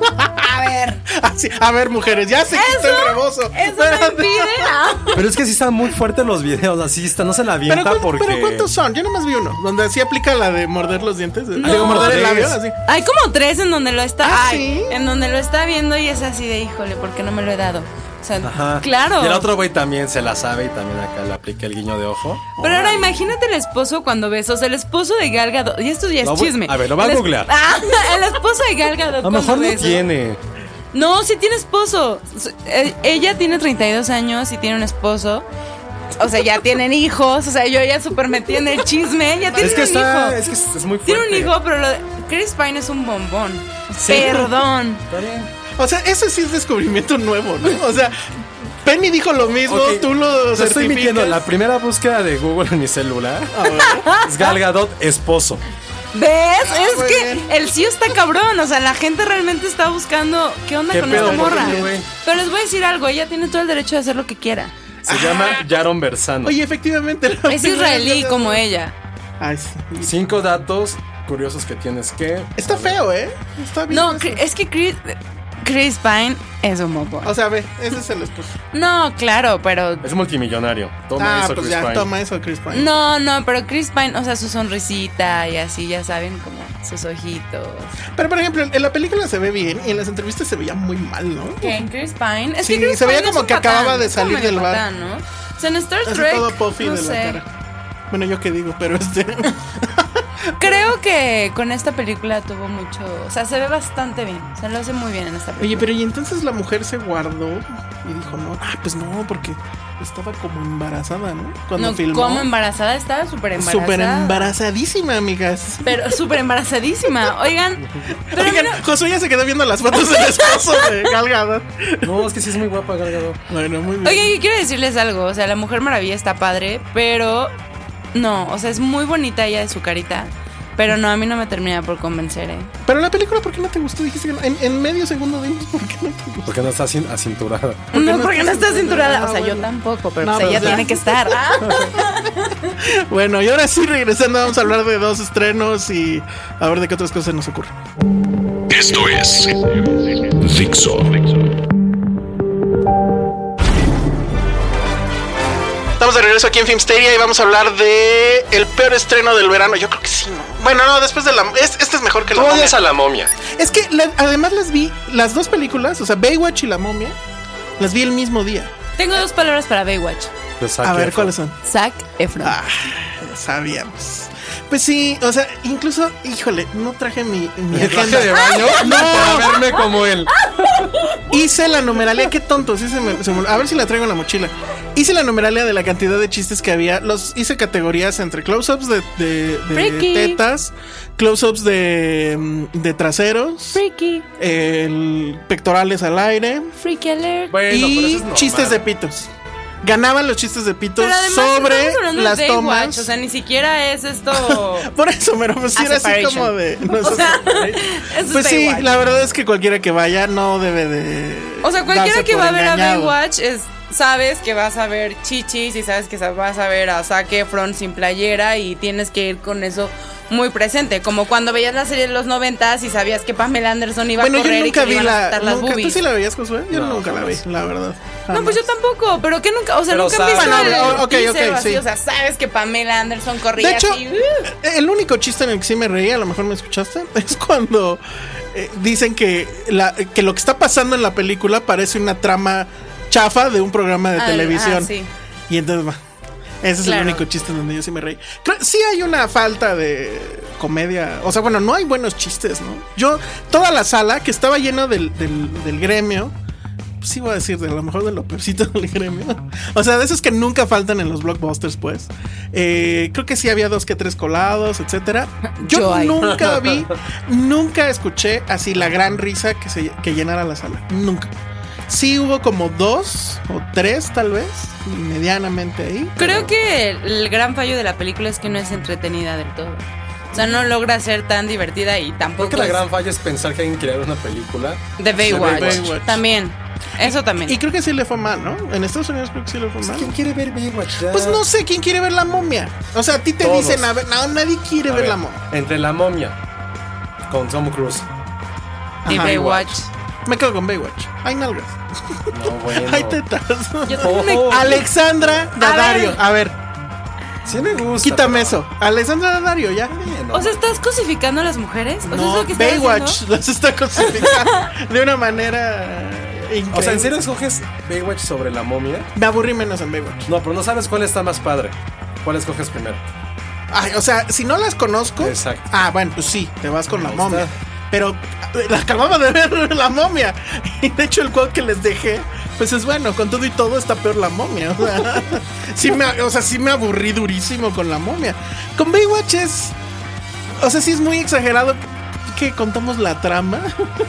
[SPEAKER 4] A ver.
[SPEAKER 5] Así, a ver, mujeres, ya se quita el rebozo.
[SPEAKER 4] Eso no
[SPEAKER 5] Espérate.
[SPEAKER 4] impide. ah.
[SPEAKER 6] Pero es que sí están muy fuertes los videos, así está, no se la avienta
[SPEAKER 5] Pero, ¿cuánto-
[SPEAKER 6] porque.
[SPEAKER 5] pero ¿cuántos son? Yo nomás vi uno, donde así aplica la de morder los dientes. Digo, morder el
[SPEAKER 6] Tres.
[SPEAKER 5] labio, así.
[SPEAKER 4] Hay como tres en donde lo está.
[SPEAKER 5] ¿Ah,
[SPEAKER 4] ay,
[SPEAKER 5] sí?
[SPEAKER 4] En donde lo está viendo y es así de híjole, ¿por qué no me lo he dado? O sea,
[SPEAKER 6] Ajá.
[SPEAKER 4] claro.
[SPEAKER 6] Y el otro güey también se la sabe y también acá le aplica el guiño de ojo.
[SPEAKER 4] Pero ahora imagínate el esposo cuando besos, el esposo de Gal Gadot, y esto ya es
[SPEAKER 6] Lo voy-
[SPEAKER 4] chisme.
[SPEAKER 6] a ver, lo va a
[SPEAKER 4] El es-
[SPEAKER 6] googlear.
[SPEAKER 4] Ah, el esposo de Gal Gadot
[SPEAKER 6] A lo
[SPEAKER 4] cuando
[SPEAKER 6] mejor no
[SPEAKER 4] besa.
[SPEAKER 6] tiene.
[SPEAKER 4] No, sí tiene esposo. S- eh, Ella tiene 32 años y tiene un esposo. O sea, ya tienen hijos, o sea, yo ya súper metí en el chisme, ya tienen
[SPEAKER 6] Es que
[SPEAKER 4] un
[SPEAKER 6] está.
[SPEAKER 4] hijo.
[SPEAKER 6] Es que es es muy fuerte.
[SPEAKER 4] Tiene un hijo, pero lo de- Chris Pine es un bombón.
[SPEAKER 6] Sí.
[SPEAKER 4] Perdón.
[SPEAKER 6] Está bien.
[SPEAKER 5] O sea, eso sí es descubrimiento nuevo, ¿no? O sea, Penny dijo lo mismo,
[SPEAKER 6] Ok,
[SPEAKER 5] tú lo
[SPEAKER 6] te estoy mintiendo.
[SPEAKER 5] certificas.
[SPEAKER 6] La primera búsqueda de Google en mi celular
[SPEAKER 5] A ver.
[SPEAKER 6] es Gal Gadot esposo.
[SPEAKER 4] ¿Ves? es
[SPEAKER 5] Ah, muy
[SPEAKER 4] que
[SPEAKER 5] bien.
[SPEAKER 4] el sí está cabrón. O sea, la gente realmente está buscando qué onda
[SPEAKER 6] ¿Qué
[SPEAKER 4] con
[SPEAKER 6] pedo,
[SPEAKER 4] esta morra.
[SPEAKER 6] por qué, güey?
[SPEAKER 4] Pero les voy a decir algo, ella tiene todo el derecho de hacer lo que quiera.
[SPEAKER 6] Se llama Yaron Bersano.
[SPEAKER 5] Oye, efectivamente. la
[SPEAKER 4] Es
[SPEAKER 5] primera
[SPEAKER 4] israelí
[SPEAKER 5] vez-
[SPEAKER 4] como ella.
[SPEAKER 5] Ay, sí.
[SPEAKER 6] Cinco datos curiosos que tienes que.
[SPEAKER 5] Está feo, ¿eh? Está bien.
[SPEAKER 4] No,
[SPEAKER 5] eso.
[SPEAKER 4] Cri- es que Chris, Chris Pine es un bombón.
[SPEAKER 5] O sea, ve, ese es el esposo.
[SPEAKER 4] No, claro, pero...
[SPEAKER 6] Es multimillonario. Toma
[SPEAKER 5] Ah,
[SPEAKER 6] eso,
[SPEAKER 5] pues
[SPEAKER 6] Chris
[SPEAKER 5] ya,
[SPEAKER 6] Pine.
[SPEAKER 5] toma eso, Chris Pine.
[SPEAKER 4] No, no, pero Chris Pine, o sea, su sonrisita y así, ya saben, como sus ojitos.
[SPEAKER 5] Pero, por ejemplo, en la película se ve bien y en las entrevistas se veía muy mal, ¿no?
[SPEAKER 4] ¿Quién? Chris Pine. Es
[SPEAKER 5] Sí,
[SPEAKER 4] que Chris
[SPEAKER 5] se veía
[SPEAKER 4] Pine es
[SPEAKER 5] como
[SPEAKER 4] un
[SPEAKER 5] que
[SPEAKER 4] patán,
[SPEAKER 5] acababa de
[SPEAKER 4] es como
[SPEAKER 5] salir
[SPEAKER 4] medio
[SPEAKER 5] del bar.
[SPEAKER 4] patán, ¿no? O sea, en Star
[SPEAKER 5] Así
[SPEAKER 4] Trek,
[SPEAKER 5] todo puffy
[SPEAKER 4] no
[SPEAKER 5] de la
[SPEAKER 4] sé.
[SPEAKER 5] cara. Bueno, yo qué digo, pero este.
[SPEAKER 4] Creo que con esta película tuvo mucho. O sea, se ve bastante bien. Se lo hace muy bien en esta
[SPEAKER 5] Oye,
[SPEAKER 4] película.
[SPEAKER 5] pero y entonces la mujer se guardó y dijo, no, ah, pues no, porque estaba como embarazada, ¿no? Cuando
[SPEAKER 4] no,
[SPEAKER 5] filmó.
[SPEAKER 4] como embarazada estaba súper embarazada.
[SPEAKER 5] Súper embarazadísima, amigas.
[SPEAKER 4] Pero súper embarazadísima. Oigan, pero
[SPEAKER 5] Oigan,
[SPEAKER 4] bueno,
[SPEAKER 5] Josué ya se quedó viendo las fotos del esposo de Galgado.
[SPEAKER 6] No, es que sí es muy guapa, Galgado.
[SPEAKER 5] Bueno, muy bien.
[SPEAKER 4] Oigan, yo quiero decirles algo. O sea, la Mujer Maravilla está padre, pero no. O sea, es muy bonita ella de su carita. Pero no, a mí no me termina por convencer, ¿eh?
[SPEAKER 5] Pero la película, ¿por qué no te gustó? Dijiste que no. en, en medio segundo dimos, ¿por qué no te gustó?
[SPEAKER 6] Porque no está acin- acinturada.
[SPEAKER 4] no,
[SPEAKER 5] no
[SPEAKER 4] porque no
[SPEAKER 5] estás
[SPEAKER 4] está cinturada.
[SPEAKER 5] cinturada?
[SPEAKER 4] O sea,
[SPEAKER 5] Ah,
[SPEAKER 4] yo
[SPEAKER 5] bueno.
[SPEAKER 4] tampoco, pero
[SPEAKER 5] No,
[SPEAKER 4] pues,
[SPEAKER 5] pero
[SPEAKER 4] ella
[SPEAKER 5] o sea-
[SPEAKER 4] tiene que estar. Ah,
[SPEAKER 5] Bueno, y ahora sí, regresando, vamos a hablar de dos estrenos y a ver de qué otras cosas se nos ocurren.
[SPEAKER 2] Esto es Dixo.
[SPEAKER 5] Estamos de regreso aquí en Filmsteria y vamos a hablar de el peor estreno del verano. Yo creo que sí, ¿no? Bueno, no, después de la... es- este es mejor que
[SPEAKER 3] Tú
[SPEAKER 5] la momia.
[SPEAKER 3] odias a la momia.
[SPEAKER 5] Es que la- además las vi, las dos películas, o sea, Baywatch y La Momia, las vi el mismo día.
[SPEAKER 4] Tengo dos palabras para Baywatch.
[SPEAKER 5] a ver, ¿cuáles son?
[SPEAKER 4] Zac Efron.
[SPEAKER 5] Ah, ya sabíamos. Pues sí, o sea, incluso, híjole, no traje mi, mi agenda.
[SPEAKER 6] de baño? No, para verme como él.
[SPEAKER 5] Hice la numeralía, qué tonto. sí se me- se me- a ver si la traigo en la mochila. Hice la numeralia de la cantidad de chistes que había. Los hice categorías entre close-ups de, de- de
[SPEAKER 4] Freaky.
[SPEAKER 5] tetas, close-ups de, mm, de traseros,
[SPEAKER 4] Freaky,
[SPEAKER 5] el- pectorales al aire
[SPEAKER 4] freaky alert.
[SPEAKER 6] Bueno, pero eso
[SPEAKER 5] y
[SPEAKER 6] es normal.
[SPEAKER 5] chistes de pitos. Ganaban los chistes de pitos
[SPEAKER 4] Pero además
[SPEAKER 5] sobre
[SPEAKER 4] estamos hablando
[SPEAKER 5] las
[SPEAKER 4] de Baywatch,
[SPEAKER 5] tomas.
[SPEAKER 4] o sea, ni siquiera es esto.
[SPEAKER 5] Por eso, pero pues sí
[SPEAKER 4] A
[SPEAKER 5] era así
[SPEAKER 4] separation.
[SPEAKER 5] como de. no
[SPEAKER 4] o
[SPEAKER 5] sé.
[SPEAKER 4] sea, eso
[SPEAKER 5] pues
[SPEAKER 4] es
[SPEAKER 5] sí,
[SPEAKER 4] Baywatch.
[SPEAKER 5] la verdad es que cualquiera que vaya no debe de.
[SPEAKER 4] O sea, cualquiera
[SPEAKER 5] darse
[SPEAKER 4] que
[SPEAKER 5] por
[SPEAKER 4] va a ver a
[SPEAKER 5] engañado.
[SPEAKER 4] Baywatch es, sabes que vas a ver chichis y sabes que sa- vas a ver a Zac Efron sin playera y tienes que ir con eso muy presente. Como cuando veías la serie de los noventas y sabías que Pamela Anderson iba
[SPEAKER 5] Bueno,
[SPEAKER 4] a correr
[SPEAKER 5] yo
[SPEAKER 4] y que le
[SPEAKER 5] nunca vi
[SPEAKER 4] iban a
[SPEAKER 5] la.
[SPEAKER 4] quitar las
[SPEAKER 5] nunca- ¿Tú
[SPEAKER 4] boobies.
[SPEAKER 5] sí la veías, Josué? Yo
[SPEAKER 6] No,
[SPEAKER 5] nunca la vi,
[SPEAKER 6] jamás.
[SPEAKER 5] la verdad.
[SPEAKER 4] No, pues yo tampoco, pero que nunca, o sea,
[SPEAKER 6] Pero
[SPEAKER 4] nunca han visto
[SPEAKER 6] sabes.
[SPEAKER 4] el
[SPEAKER 5] Bueno, o- ok,
[SPEAKER 4] teaser
[SPEAKER 5] ok,
[SPEAKER 4] o así,
[SPEAKER 5] sí.
[SPEAKER 4] o sea, sabes que Pamela Anderson corría
[SPEAKER 5] De hecho,
[SPEAKER 4] así. ¡uh!
[SPEAKER 5] el único chiste en el que sí me reí, a lo mejor me escuchaste, es cuando eh, dicen que, la, que lo que está pasando en la película parece una trama chafa de un programa de
[SPEAKER 4] Ah,
[SPEAKER 5] televisión.
[SPEAKER 4] ah, sí.
[SPEAKER 5] Y entonces, va. Ese es
[SPEAKER 4] Claro.
[SPEAKER 5] el único chiste en donde yo sí me reí. Creo- sí hay una falta de comedia. O sea, bueno, no hay buenos chistes, ¿no? Yo, toda la sala que estaba llena del, del, del gremio. pues Sí, voy a decir, de lo mejor de lo peorcito del gremio. O sea, de esos que nunca faltan en los blockbusters, pues. Eh, creo que sí había dos que tres colados, etcétera. Yo,
[SPEAKER 4] Yo ahí.
[SPEAKER 5] nunca vi, nunca escuché así la gran risa que, se, que llenara la sala. Nunca. Sí hubo como dos o tres, tal vez, medianamente ahí.
[SPEAKER 4] Creo que el, el gran fallo de la película es que no es entretenida del todo. O sea, no logra ser tan divertida y
[SPEAKER 6] Creo
[SPEAKER 4] tampoco
[SPEAKER 6] que la
[SPEAKER 4] es-
[SPEAKER 6] gran falla es pensar que alguien quería ver una película.
[SPEAKER 4] De Baywatch.
[SPEAKER 5] Baywatch.
[SPEAKER 4] También. Eso también.
[SPEAKER 5] Y creo que sí le fue mal, ¿no? En Estados Unidos creo que sí le fue mal.
[SPEAKER 6] Pues, ¿Quién quiere ver Baywatch? Ya.
[SPEAKER 5] Pues no sé quién quiere ver la momia. O sea, a ti te
[SPEAKER 6] Todos.
[SPEAKER 5] dicen, a ver, no, nadie quiere
[SPEAKER 6] A
[SPEAKER 5] ver,
[SPEAKER 6] ver,
[SPEAKER 5] la momia.
[SPEAKER 6] Entre la momia con Tom Cruise.
[SPEAKER 4] y
[SPEAKER 5] Ajá.
[SPEAKER 4] Baywatch.
[SPEAKER 5] Me quedo con Baywatch. Hay nalgas.
[SPEAKER 6] No, bueno.
[SPEAKER 5] Hay tetas.
[SPEAKER 4] Yo
[SPEAKER 6] Oh,
[SPEAKER 4] también me-
[SPEAKER 5] Alexandra Daddario.
[SPEAKER 4] ver.
[SPEAKER 5] A ver,
[SPEAKER 6] Sí me gusta.
[SPEAKER 5] quítame
[SPEAKER 6] pero-
[SPEAKER 5] eso. Alexandra Daddario, ya.
[SPEAKER 6] Bueno,
[SPEAKER 4] O sea, ¿estás cosificando a las mujeres? ¿O sea, es
[SPEAKER 5] No,
[SPEAKER 4] lo que estás
[SPEAKER 5] Baywatch
[SPEAKER 4] haciendo?
[SPEAKER 5] las está cosificando de una manera increíble.
[SPEAKER 6] o sea, ¿en serio escoges Baywatch sobre la momia?
[SPEAKER 5] Me aburrí menos en Baywatch.
[SPEAKER 6] No, pero no sabes cuál está más padre. ¿Cuál escoges primero?
[SPEAKER 5] Ay, o sea, si no las conozco.
[SPEAKER 6] Exacto.
[SPEAKER 5] Ah, bueno, pues sí, te vas con la
[SPEAKER 6] Ahí
[SPEAKER 5] momia.
[SPEAKER 6] está.
[SPEAKER 5] Pero eh, la acababa de ver la momia. Y de hecho, el quote que les dejé, pues es bueno, con todo y todo está peor la momia. O sea, sí me, o sea, sí me aburrí durísimo con la momia. Con Baywatch es. O sea, sí es muy exagerado que contamos la trama.